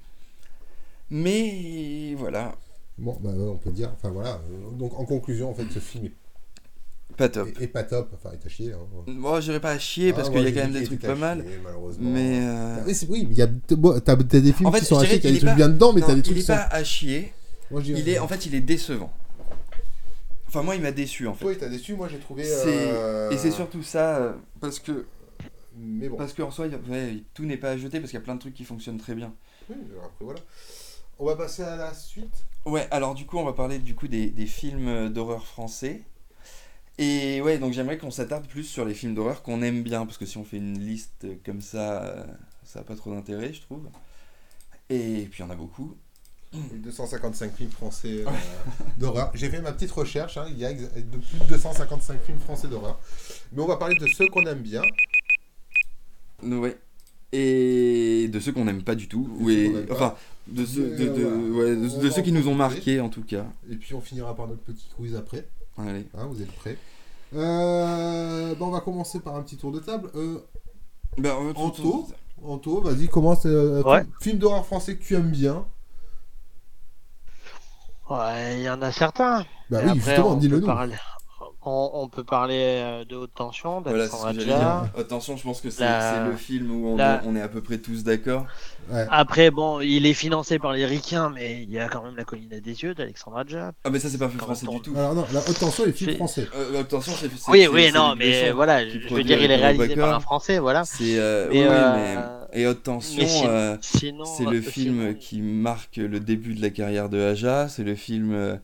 [SPEAKER 2] Mais voilà,
[SPEAKER 1] Bon, bah, on peut dire. Enfin voilà. Euh, Donc en conclusion, en fait, ce film est,
[SPEAKER 2] pas top.
[SPEAKER 1] est- est pas top. Enfin, il t'a chié. hein.
[SPEAKER 2] Moi, j'irai pas à chier parce
[SPEAKER 1] Ah,
[SPEAKER 2] qu'il
[SPEAKER 1] moi,
[SPEAKER 2] y a quand
[SPEAKER 1] j'ai
[SPEAKER 2] même
[SPEAKER 1] dit
[SPEAKER 2] des
[SPEAKER 1] qu'il
[SPEAKER 2] trucs
[SPEAKER 1] était
[SPEAKER 2] pas
[SPEAKER 1] à
[SPEAKER 2] mal.
[SPEAKER 1] chier, malheureusement.
[SPEAKER 2] Mais. euh,
[SPEAKER 1] Ah, mais c'est- oui, mais il y a bon, t'as t'as des films
[SPEAKER 2] En fait,
[SPEAKER 1] qui sont
[SPEAKER 2] je dirais
[SPEAKER 1] rachetés, il y a des
[SPEAKER 2] qu'il est
[SPEAKER 1] trucs bien dedans, mais
[SPEAKER 2] non,
[SPEAKER 1] t'as des
[SPEAKER 2] il
[SPEAKER 1] trucs
[SPEAKER 2] est
[SPEAKER 1] sans-
[SPEAKER 2] pas à chier.
[SPEAKER 1] Moi, je dirais-
[SPEAKER 2] Il est, en fait, il est décevant. Enfin, moi, il m'a déçu, en fait.
[SPEAKER 1] Oui, t'as déçu. Moi, j'ai trouvé.
[SPEAKER 2] C'est-
[SPEAKER 1] euh,
[SPEAKER 2] Et c'est surtout ça, euh, parce que
[SPEAKER 1] Mais bon.
[SPEAKER 2] Parce qu'en soi, y a- ouais, tout n'est pas à jeter parce qu'il y a plein de trucs qui fonctionnent très bien.
[SPEAKER 1] Oui, alors après, voilà. On va passer à la suite.
[SPEAKER 2] Ouais, alors du coup, on va parler du coup des, des films euh, d'horreur français. Et ouais, donc j'aimerais qu'on s'attarde plus sur les films d'horreur qu'on aime bien, parce que si on fait une liste comme ça, euh, ça n'a pas trop d'intérêt, je trouve. Et puis il y en a beaucoup.
[SPEAKER 1] Les 255 films français euh, d'horreur. J'ai fait ma petite recherche. hein, Il y a exa- de plus de 255 films français d'horreur. Mais on va parler de ceux qu'on aime bien.
[SPEAKER 2] Ouais. Et de ceux qu'on n'aime pas du tout.
[SPEAKER 1] De ceux
[SPEAKER 2] Oui.
[SPEAKER 1] qu'on aime pas.
[SPEAKER 2] Enfin, de ceux, de, de-
[SPEAKER 1] Euh,
[SPEAKER 2] ouais, de-
[SPEAKER 1] on
[SPEAKER 2] de
[SPEAKER 1] va
[SPEAKER 2] ceux
[SPEAKER 1] en
[SPEAKER 2] qui nous ont
[SPEAKER 1] profiter.
[SPEAKER 2] marqués, en tout cas.
[SPEAKER 1] Et puis on finira par notre petit quiz après.
[SPEAKER 2] Allez.
[SPEAKER 1] Hein, vous êtes prêts Euh, bah, On va commencer par un petit tour de table. Euh,
[SPEAKER 2] Bah,
[SPEAKER 1] Anto Anto, vas-y, commence. euh,
[SPEAKER 3] Ouais.
[SPEAKER 1] ton Film d'horreur français que tu aimes bien.
[SPEAKER 3] Ouais, il y en a certains.
[SPEAKER 1] Bah
[SPEAKER 3] Et
[SPEAKER 1] oui,
[SPEAKER 3] après,
[SPEAKER 1] justement,
[SPEAKER 3] on
[SPEAKER 1] dis-le
[SPEAKER 3] peut
[SPEAKER 1] nous.
[SPEAKER 3] parler- On, on peut parler euh, de haute tension,
[SPEAKER 2] Voilà, c'est ce
[SPEAKER 3] d'Alexandre
[SPEAKER 2] que j'allais
[SPEAKER 3] Adja.
[SPEAKER 2] dire. Attention, je pense que c'est
[SPEAKER 3] La-
[SPEAKER 2] c'est le film où on,
[SPEAKER 3] la-
[SPEAKER 2] on est à peu près tous d'accord.
[SPEAKER 1] Ouais.
[SPEAKER 3] Après, bon, il est financé par les Ricains, mais il y a quand même la colline à des yeux d'Alexandre Adja.
[SPEAKER 2] Ah, mais ça, c'est pas un film
[SPEAKER 3] Quand
[SPEAKER 2] français
[SPEAKER 3] on-
[SPEAKER 2] du tout.
[SPEAKER 1] Alors non, la haute tension est film
[SPEAKER 3] C'est-
[SPEAKER 1] français.
[SPEAKER 2] Euh, attention, c'est. c'est-
[SPEAKER 3] Oui,
[SPEAKER 2] c'est-
[SPEAKER 3] oui,
[SPEAKER 2] c'est
[SPEAKER 3] non,
[SPEAKER 2] Luc
[SPEAKER 3] mais
[SPEAKER 2] Besson.
[SPEAKER 3] voilà,
[SPEAKER 2] qui
[SPEAKER 3] je veux
[SPEAKER 2] produit
[SPEAKER 3] dire, il est
[SPEAKER 2] avec
[SPEAKER 3] réalisé
[SPEAKER 2] Rebecca.
[SPEAKER 3] par un Français, voilà.
[SPEAKER 2] C'est. euh,
[SPEAKER 3] Mais,
[SPEAKER 2] oui,
[SPEAKER 3] euh,
[SPEAKER 2] mais- Et haute tension.
[SPEAKER 3] mais si-
[SPEAKER 2] euh,
[SPEAKER 3] sinon,
[SPEAKER 2] C'est le
[SPEAKER 3] euh,
[SPEAKER 2] film
[SPEAKER 3] sinon-
[SPEAKER 2] qui marque le début de la carrière de Aja. C'est le film euh,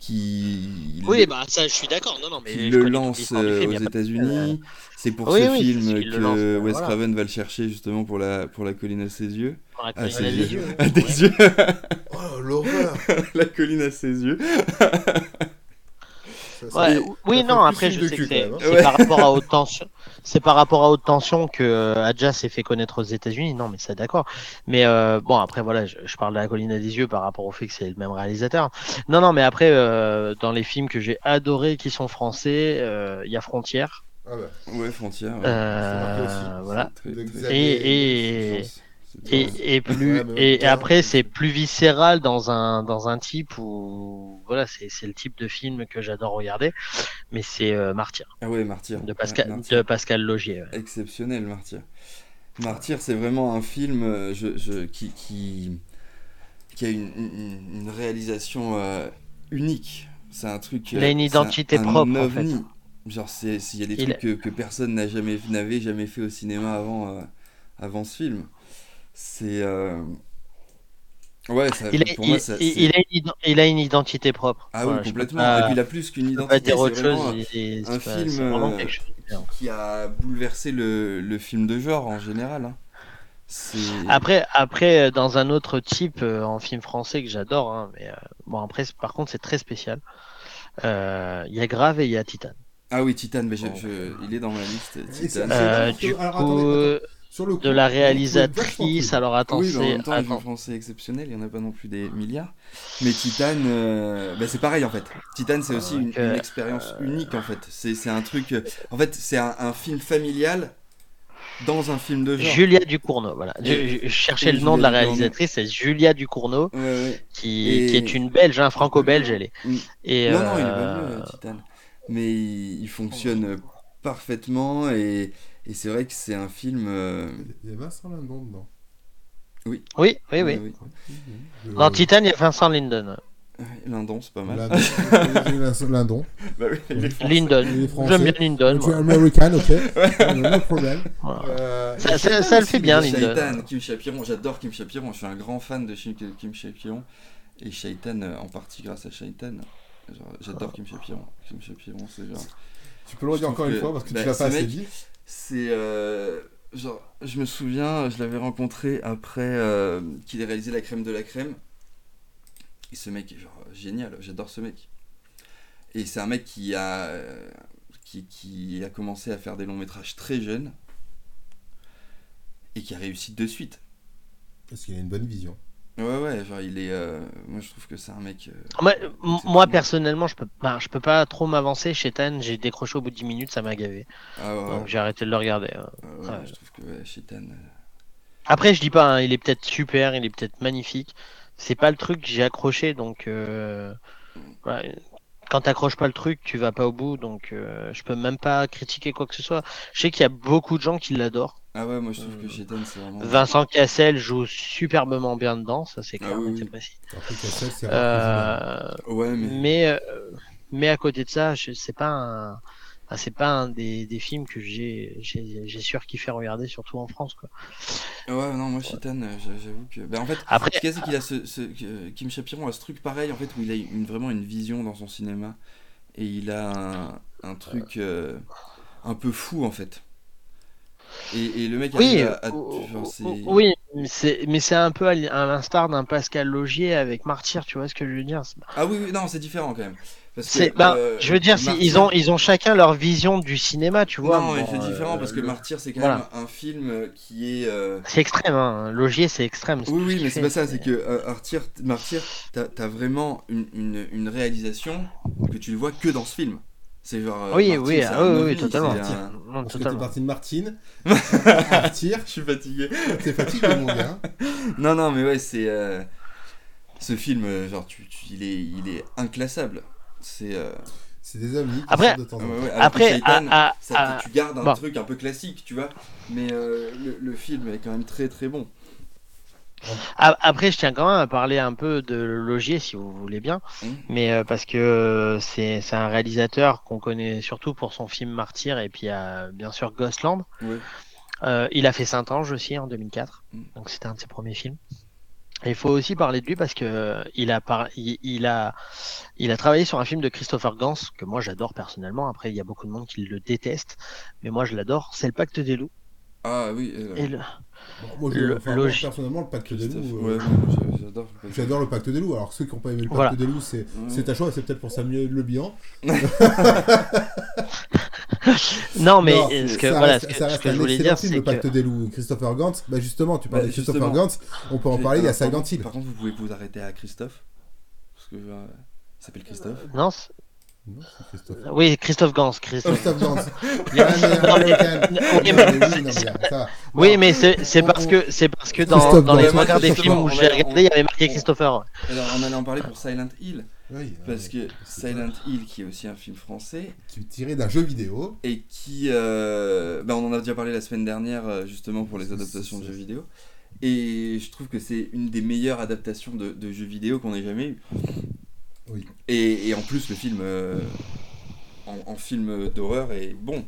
[SPEAKER 2] qui.
[SPEAKER 3] Oui, bah ça, je suis d'accord. Non, non, mais
[SPEAKER 2] qui
[SPEAKER 3] je
[SPEAKER 2] le
[SPEAKER 3] connais toute
[SPEAKER 2] lance
[SPEAKER 3] l'histoire du
[SPEAKER 2] euh,
[SPEAKER 3] film,
[SPEAKER 2] aux
[SPEAKER 3] y a pas de-
[SPEAKER 2] États-Unis. C'est pour
[SPEAKER 3] Oui,
[SPEAKER 2] ce
[SPEAKER 3] oui, c'est
[SPEAKER 2] film
[SPEAKER 3] celui qui le lance,
[SPEAKER 2] que
[SPEAKER 3] euh,
[SPEAKER 2] Wes
[SPEAKER 3] voilà.
[SPEAKER 2] Craven va le chercher justement pour la pour la colline à ses yeux.
[SPEAKER 3] dans la
[SPEAKER 2] Ah,
[SPEAKER 3] colline
[SPEAKER 2] c'est
[SPEAKER 3] à des
[SPEAKER 2] vieux.
[SPEAKER 3] yeux.
[SPEAKER 2] À tes
[SPEAKER 3] Ouais.
[SPEAKER 2] yeux,
[SPEAKER 1] Oh, l'horreur
[SPEAKER 2] la colline à ses yeux.
[SPEAKER 1] Ça, ça-
[SPEAKER 3] Ouais,
[SPEAKER 2] Et-
[SPEAKER 3] ou- oui,
[SPEAKER 1] ça
[SPEAKER 3] non,
[SPEAKER 1] fait
[SPEAKER 3] après,
[SPEAKER 1] plus
[SPEAKER 3] je
[SPEAKER 1] de
[SPEAKER 3] sais
[SPEAKER 1] cul,
[SPEAKER 3] que
[SPEAKER 1] quand
[SPEAKER 3] c'est
[SPEAKER 1] même, hein.
[SPEAKER 3] c'est
[SPEAKER 2] Ouais.
[SPEAKER 3] par rapport à haute tension. C'est par rapport à haute tension que euh, Adja s'est fait connaître aux États-Unis. Non, mais ça, d'accord. Mais euh, bon, après, voilà, je, je parle de la colline à des yeux par rapport au fait que c'est le même réalisateur. Non, non, mais après, euh, dans les films que j'ai adorés qui sont français, euh, il y a Frontière.
[SPEAKER 1] Ah bah,
[SPEAKER 2] Ouais, frontière. ouais.
[SPEAKER 1] marqué aussi.
[SPEAKER 3] Euh, voilà.
[SPEAKER 2] Très,
[SPEAKER 1] de
[SPEAKER 2] très-
[SPEAKER 1] Xavier-
[SPEAKER 3] Et- et-
[SPEAKER 2] C'est
[SPEAKER 3] et,
[SPEAKER 2] très-
[SPEAKER 3] et plus
[SPEAKER 1] Ouais, mais ouais,
[SPEAKER 3] et
[SPEAKER 1] ouais.
[SPEAKER 3] après c'est plus viscéral dans un dans un type où voilà c'est c'est le type de film que j'adore regarder mais c'est euh, Martyr
[SPEAKER 2] Ah ouais, martyr.
[SPEAKER 3] de
[SPEAKER 2] Ouais,
[SPEAKER 3] Pascal
[SPEAKER 2] Martyr.
[SPEAKER 3] de Pascal Logier ouais.
[SPEAKER 2] exceptionnel, Martyr. Martyr, c'est vraiment un film euh, je, je- qui, qui, qui a une, une- une réalisation euh, unique. C'est un truc. euh,
[SPEAKER 3] Il a une
[SPEAKER 2] c'est
[SPEAKER 3] identité propre, en
[SPEAKER 2] ovni. Genre, c'est- c'est- il y a des
[SPEAKER 3] Il-
[SPEAKER 2] trucs que, que personne n'a jamais, n'avait jamais fait au cinéma avant, euh, avant ce film. C'est. euh, Ouais, ça,
[SPEAKER 3] il, a-
[SPEAKER 2] pour
[SPEAKER 3] il-
[SPEAKER 2] moi, ça.
[SPEAKER 3] il-
[SPEAKER 2] c'est-
[SPEAKER 3] il a une ident- il a une identité propre
[SPEAKER 2] Ah
[SPEAKER 3] Voilà,
[SPEAKER 2] oui,
[SPEAKER 3] je peux
[SPEAKER 2] complètement.
[SPEAKER 3] pas-
[SPEAKER 2] Et puis, il a plus qu'une
[SPEAKER 3] je peux pas
[SPEAKER 2] identité.
[SPEAKER 3] dire autre
[SPEAKER 2] c'est vraiment
[SPEAKER 3] chose
[SPEAKER 2] un
[SPEAKER 3] il- c'est pas-
[SPEAKER 2] film,
[SPEAKER 3] c'est vraiment
[SPEAKER 2] euh,
[SPEAKER 3] quelque chose de bien.
[SPEAKER 2] qui a bouleversé le, le film de genre en général. hein. C'est-
[SPEAKER 3] Après, après, euh, dans un autre type, euh, en film français que j'adore, hein, mais euh, bon après, c'est- par contre, c'est très spécial. Euh, Il y a Grave et il y a Titan.
[SPEAKER 2] Ah oui, Titan, mais je-
[SPEAKER 3] Bon.
[SPEAKER 2] je- il est dans ma liste.
[SPEAKER 1] Et c'est-
[SPEAKER 2] Titan.
[SPEAKER 3] Euh,
[SPEAKER 1] Alors,
[SPEAKER 3] du coup,
[SPEAKER 1] attendez, Sur le coup,
[SPEAKER 3] de la
[SPEAKER 1] on peut vachement
[SPEAKER 3] réalisatrice.
[SPEAKER 1] plus.
[SPEAKER 3] Alors attends,
[SPEAKER 2] oui, mais en
[SPEAKER 3] c'est-
[SPEAKER 2] même temps, les
[SPEAKER 3] attends.
[SPEAKER 2] films français exceptionnels, il n'y en a pas non plus des milliards. Mais Titan, euh, bah, c'est pareil en fait. Titan, c'est aussi une,
[SPEAKER 3] Donc, euh,
[SPEAKER 2] une expérience unique en fait. C'est c'est un truc. euh, En fait, c'est un, un film familial dans un film de genre.
[SPEAKER 3] Julia Ducournau, voilà. Je,
[SPEAKER 2] Et-
[SPEAKER 3] je- je cherchais
[SPEAKER 2] et
[SPEAKER 3] le nom de
[SPEAKER 2] Julia
[SPEAKER 3] la
[SPEAKER 2] Ducournau.
[SPEAKER 3] réalisatrice, c'est Julia Ducournau,
[SPEAKER 2] Ouais, ouais.
[SPEAKER 3] qui,
[SPEAKER 2] Et-
[SPEAKER 3] qui est une Belge, hein, franco-belge, elle est.
[SPEAKER 2] Mm.
[SPEAKER 3] Et,
[SPEAKER 2] non,
[SPEAKER 3] euh,
[SPEAKER 2] non, il est pas mieux, euh, Titan. Mais il, il fonctionne euh, parfaitement et, et c'est vrai que c'est un film. euh,
[SPEAKER 1] Il y a Vincent Lindon dedans.
[SPEAKER 3] Oui, oui,
[SPEAKER 2] ouais,
[SPEAKER 3] oui.
[SPEAKER 2] Ah oui. Euh,
[SPEAKER 1] Le-
[SPEAKER 3] Dans Titan, il y a Vincent Linden.
[SPEAKER 2] Ouais, Lindon, c'est pas mal.
[SPEAKER 1] Lindon. Vincent Lindon.
[SPEAKER 2] Bah oui, il est français.
[SPEAKER 1] Il est
[SPEAKER 3] Linden.
[SPEAKER 1] français.
[SPEAKER 3] J'aime bien Linden.
[SPEAKER 1] Tu es
[SPEAKER 3] moi.
[SPEAKER 1] américain, ok No problem.
[SPEAKER 3] Voilà.
[SPEAKER 1] Euh,
[SPEAKER 3] Ça- ça- ça le fait bien, Linden.
[SPEAKER 2] Shaitan, Kim Chapiron, j'adore Kim Chapiron, je suis un grand fan de Kim, Kim Chapiron. Et Shaitan, euh, en partie grâce à Shaitan. Genre, J'adore Kim Chapiron. Kim Chapiron, c'est genre.
[SPEAKER 1] Tu peux le redire
[SPEAKER 2] Je
[SPEAKER 1] encore
[SPEAKER 2] trouve
[SPEAKER 1] une
[SPEAKER 2] que-
[SPEAKER 1] fois parce que
[SPEAKER 2] bah,
[SPEAKER 1] tu l'as
[SPEAKER 2] ce
[SPEAKER 1] pas assez
[SPEAKER 2] mec-
[SPEAKER 1] dit.
[SPEAKER 2] C'est. euh, genre, je me souviens, je l'avais rencontré après euh, qu'il ait réalisé La crème de la crème. Et ce mec est genre génial, j'adore ce mec. Et c'est un mec qui a, euh, qui, qui a commencé à faire des longs métrages très jeunes et qui a réussi de suite.
[SPEAKER 1] Parce qu'il a une bonne vision.
[SPEAKER 2] Ouais, ouais, genre il est. euh, Moi je trouve que c'est un mec. euh,
[SPEAKER 3] Moi, m- moi,
[SPEAKER 2] exceptionnel.
[SPEAKER 3] personnellement, je peux, ben, je peux pas trop m'avancer. Shaitan, j'ai décroché au bout de 10 minutes, ça m'a gavé.
[SPEAKER 2] Ah ouais,
[SPEAKER 3] Donc j'ai arrêté de le regarder. hein.
[SPEAKER 2] ouais, ouais,
[SPEAKER 3] ouais.
[SPEAKER 2] je trouve que ouais, Shaitan. euh,
[SPEAKER 3] Après, je dis pas, hein, il est peut-être super, il est peut-être magnifique. C'est pas le truc que j'ai accroché, donc euh, voilà. quand t'accroches pas le truc, tu vas pas au bout, donc euh, je peux même pas critiquer quoi que ce soit. Je sais qu'il y a beaucoup de gens qui l'adorent.
[SPEAKER 2] Ah ouais, moi je trouve
[SPEAKER 3] Euh,
[SPEAKER 2] que Shaitan c'est vraiment.
[SPEAKER 3] Vincent Cassel joue superbement bien dedans, ça c'est
[SPEAKER 2] Ah
[SPEAKER 3] clair,
[SPEAKER 2] oui,
[SPEAKER 3] net
[SPEAKER 2] oui. Ah,
[SPEAKER 3] et précis.
[SPEAKER 1] Après, Cassel, c'est rare.
[SPEAKER 3] Euh,
[SPEAKER 2] Ouais, mais.
[SPEAKER 3] mais euh, mais à côté de ça, je- c'est pas un, ah, c'est pas un des, des films que j'ai j'ai j'ai surkiffé regarder, surtout en France. Quoi.
[SPEAKER 2] Ouais, non, moi, Chitan, euh, j'a- j'avoue que. Ben, en fait,
[SPEAKER 3] Après-
[SPEAKER 2] ce qu'il y a, c'est qu'il a ce, ce- que- Kim Chapiron a ce truc pareil, en fait, où il a une- vraiment une vision dans son cinéma. Et il a un, un truc euh, un peu fou, en fait. Et, et le mec
[SPEAKER 3] Oui, euh,
[SPEAKER 2] arrive à- à-
[SPEAKER 3] o-
[SPEAKER 2] euh, genre,
[SPEAKER 3] o-
[SPEAKER 2] c'est-
[SPEAKER 3] oh, oui, mais c'est mais c'est un peu à l- à l'instar d'un Pascal Logier avec Martyr, tu vois ce que je veux dire C'est-
[SPEAKER 2] Ah oui, oui, non, c'est différent quand même. Parce que,
[SPEAKER 3] C'est, ben,
[SPEAKER 2] euh,
[SPEAKER 3] je veux dire, si
[SPEAKER 2] Martyr-
[SPEAKER 3] ils ont, ils ont chacun leur vision du cinéma, tu vois.
[SPEAKER 2] Non,
[SPEAKER 3] Bon,
[SPEAKER 2] c'est
[SPEAKER 3] euh,
[SPEAKER 2] différent parce que Martyr, c'est quand
[SPEAKER 3] voilà.
[SPEAKER 2] même un film euh, qui est. euh,
[SPEAKER 3] C'est extrême, hein. Logier, c'est extrême.
[SPEAKER 2] Oui,
[SPEAKER 3] tout
[SPEAKER 2] oui,
[SPEAKER 3] ce
[SPEAKER 2] mais
[SPEAKER 3] qu'il
[SPEAKER 2] c'est
[SPEAKER 3] fait,
[SPEAKER 2] pas ça, c'est que euh, Martyr, Martyr t'as t'as vraiment une, une, une réalisation que tu ne vois que dans ce film. C'est genre. euh,
[SPEAKER 3] Oui,
[SPEAKER 2] Martyr,
[SPEAKER 3] oui,
[SPEAKER 2] c'est
[SPEAKER 3] ah
[SPEAKER 2] un
[SPEAKER 3] oui, oui,
[SPEAKER 2] ovni,
[SPEAKER 3] totalement.
[SPEAKER 2] c'est un-
[SPEAKER 3] Non,
[SPEAKER 1] Parce que t'es
[SPEAKER 3] totalement.
[SPEAKER 1] parti de Martine, Martyr,
[SPEAKER 2] Je suis fatigué.
[SPEAKER 1] t'es fatigué mon gars.
[SPEAKER 2] Non, non, mais ouais, c'est. euh, Ce film, euh, genre, tu, tu- il, est, il est inclassable. C'est. euh,
[SPEAKER 1] C'est des ovnis qui
[SPEAKER 3] Après-
[SPEAKER 1] sortent de temps en temps.
[SPEAKER 2] ouais, ouais, alors que
[SPEAKER 3] Après,
[SPEAKER 2] Shaitan,
[SPEAKER 3] à- à-
[SPEAKER 2] ça,
[SPEAKER 3] à-
[SPEAKER 2] tu gardes un
[SPEAKER 3] bon.
[SPEAKER 2] truc un peu classique, tu vois. Mais euh, le, le film est quand même très très bon.
[SPEAKER 3] a- après, je tiens quand même à parler un peu de Logier, si vous voulez bien,
[SPEAKER 2] Mhm.
[SPEAKER 3] mais euh, parce que euh, c'est c'est un réalisateur qu'on connaît surtout pour son film Martyr et puis euh, bien sûr Ghostland.
[SPEAKER 2] Ouais.
[SPEAKER 3] Euh, il a fait Saint-Ange aussi en 2004,
[SPEAKER 1] Mm.
[SPEAKER 2] Mhm.
[SPEAKER 3] donc c'était un de ses premiers films. Et il faut aussi parler de lui parce que euh, il a, par- il, il a, il a travaillé sur un film de Christopher Gans que moi j'adore personnellement. Après, il y a beaucoup de monde qui le déteste, mais moi je l'adore. C'est le Pacte des loups.
[SPEAKER 2] Ah oui, euh,
[SPEAKER 3] Et le-
[SPEAKER 1] Bon, moi, je-
[SPEAKER 3] Le-
[SPEAKER 1] enfin, moi,
[SPEAKER 3] logique.
[SPEAKER 1] personnellement, le pacte des
[SPEAKER 2] Christophe,
[SPEAKER 1] loups,
[SPEAKER 2] ouais,
[SPEAKER 1] euh,
[SPEAKER 2] ouais, j'adore.
[SPEAKER 1] j'adore le pacte des loups. Alors, ceux qui n'ont pas aimé le pacte
[SPEAKER 3] Voilà.
[SPEAKER 1] des loups, c'est c'est ta choix, c'est peut-être pour Samuel Le Bihan.
[SPEAKER 3] Non, mais
[SPEAKER 1] Non,
[SPEAKER 3] euh, ce
[SPEAKER 1] ça
[SPEAKER 3] que
[SPEAKER 1] reste-
[SPEAKER 3] voilà, ce que,
[SPEAKER 1] ça
[SPEAKER 3] ce
[SPEAKER 1] reste
[SPEAKER 3] que je
[SPEAKER 1] un
[SPEAKER 3] voulais
[SPEAKER 1] excellent
[SPEAKER 3] dire,
[SPEAKER 1] film,
[SPEAKER 3] c'est
[SPEAKER 1] le
[SPEAKER 3] que
[SPEAKER 1] pacte des loups. Christopher Gantz, bah justement, tu parlais
[SPEAKER 2] Bah,
[SPEAKER 1] de Christopher
[SPEAKER 2] justement.
[SPEAKER 1] Gantz, on peut en parler, il y a sa
[SPEAKER 2] Gantz.
[SPEAKER 1] gantine.
[SPEAKER 2] Par contre, vous pouvez vous arrêter à Christophe Parce que euh, il s'appelle Christophe.
[SPEAKER 3] non, c'est-
[SPEAKER 1] Non, c'est Christophe.
[SPEAKER 3] oui, Christophe Gans, Christophe.
[SPEAKER 1] Christophe Gantz. Ouais, mais,
[SPEAKER 3] Non, mais-
[SPEAKER 1] euh, quand même.
[SPEAKER 3] non, mais-
[SPEAKER 1] Non, mais oui, non, mais là, ça va.
[SPEAKER 3] bah. Oui, mais c'est c'est
[SPEAKER 1] on-
[SPEAKER 3] parce
[SPEAKER 1] on-
[SPEAKER 3] que c'est parce que dans,
[SPEAKER 1] Christophe
[SPEAKER 3] dans les
[SPEAKER 1] Gans.
[SPEAKER 3] trois quarts des
[SPEAKER 1] Christophe
[SPEAKER 3] films
[SPEAKER 2] Gans.
[SPEAKER 3] où j'ai
[SPEAKER 2] On-
[SPEAKER 3] regardé, il y avait marqué
[SPEAKER 2] on-
[SPEAKER 3] Christopher.
[SPEAKER 2] Alors, on allait en parler pour Silent Hill.
[SPEAKER 1] Euh, Oui, euh,
[SPEAKER 2] Parce que
[SPEAKER 1] c'est
[SPEAKER 2] Silent Hill, qui est aussi un film français,
[SPEAKER 1] qui est tiré d'un jeu vidéo.
[SPEAKER 2] et qui. euh, bah, on en a déjà parlé la semaine dernière, euh, justement, pour les adaptations de jeux vidéo. Et je trouve que c'est une des meilleures adaptations de, de jeux vidéo qu'on ait jamais eu.
[SPEAKER 1] Oui.
[SPEAKER 2] Et, et en plus, le film. euh, en, en film d'horreur est bon.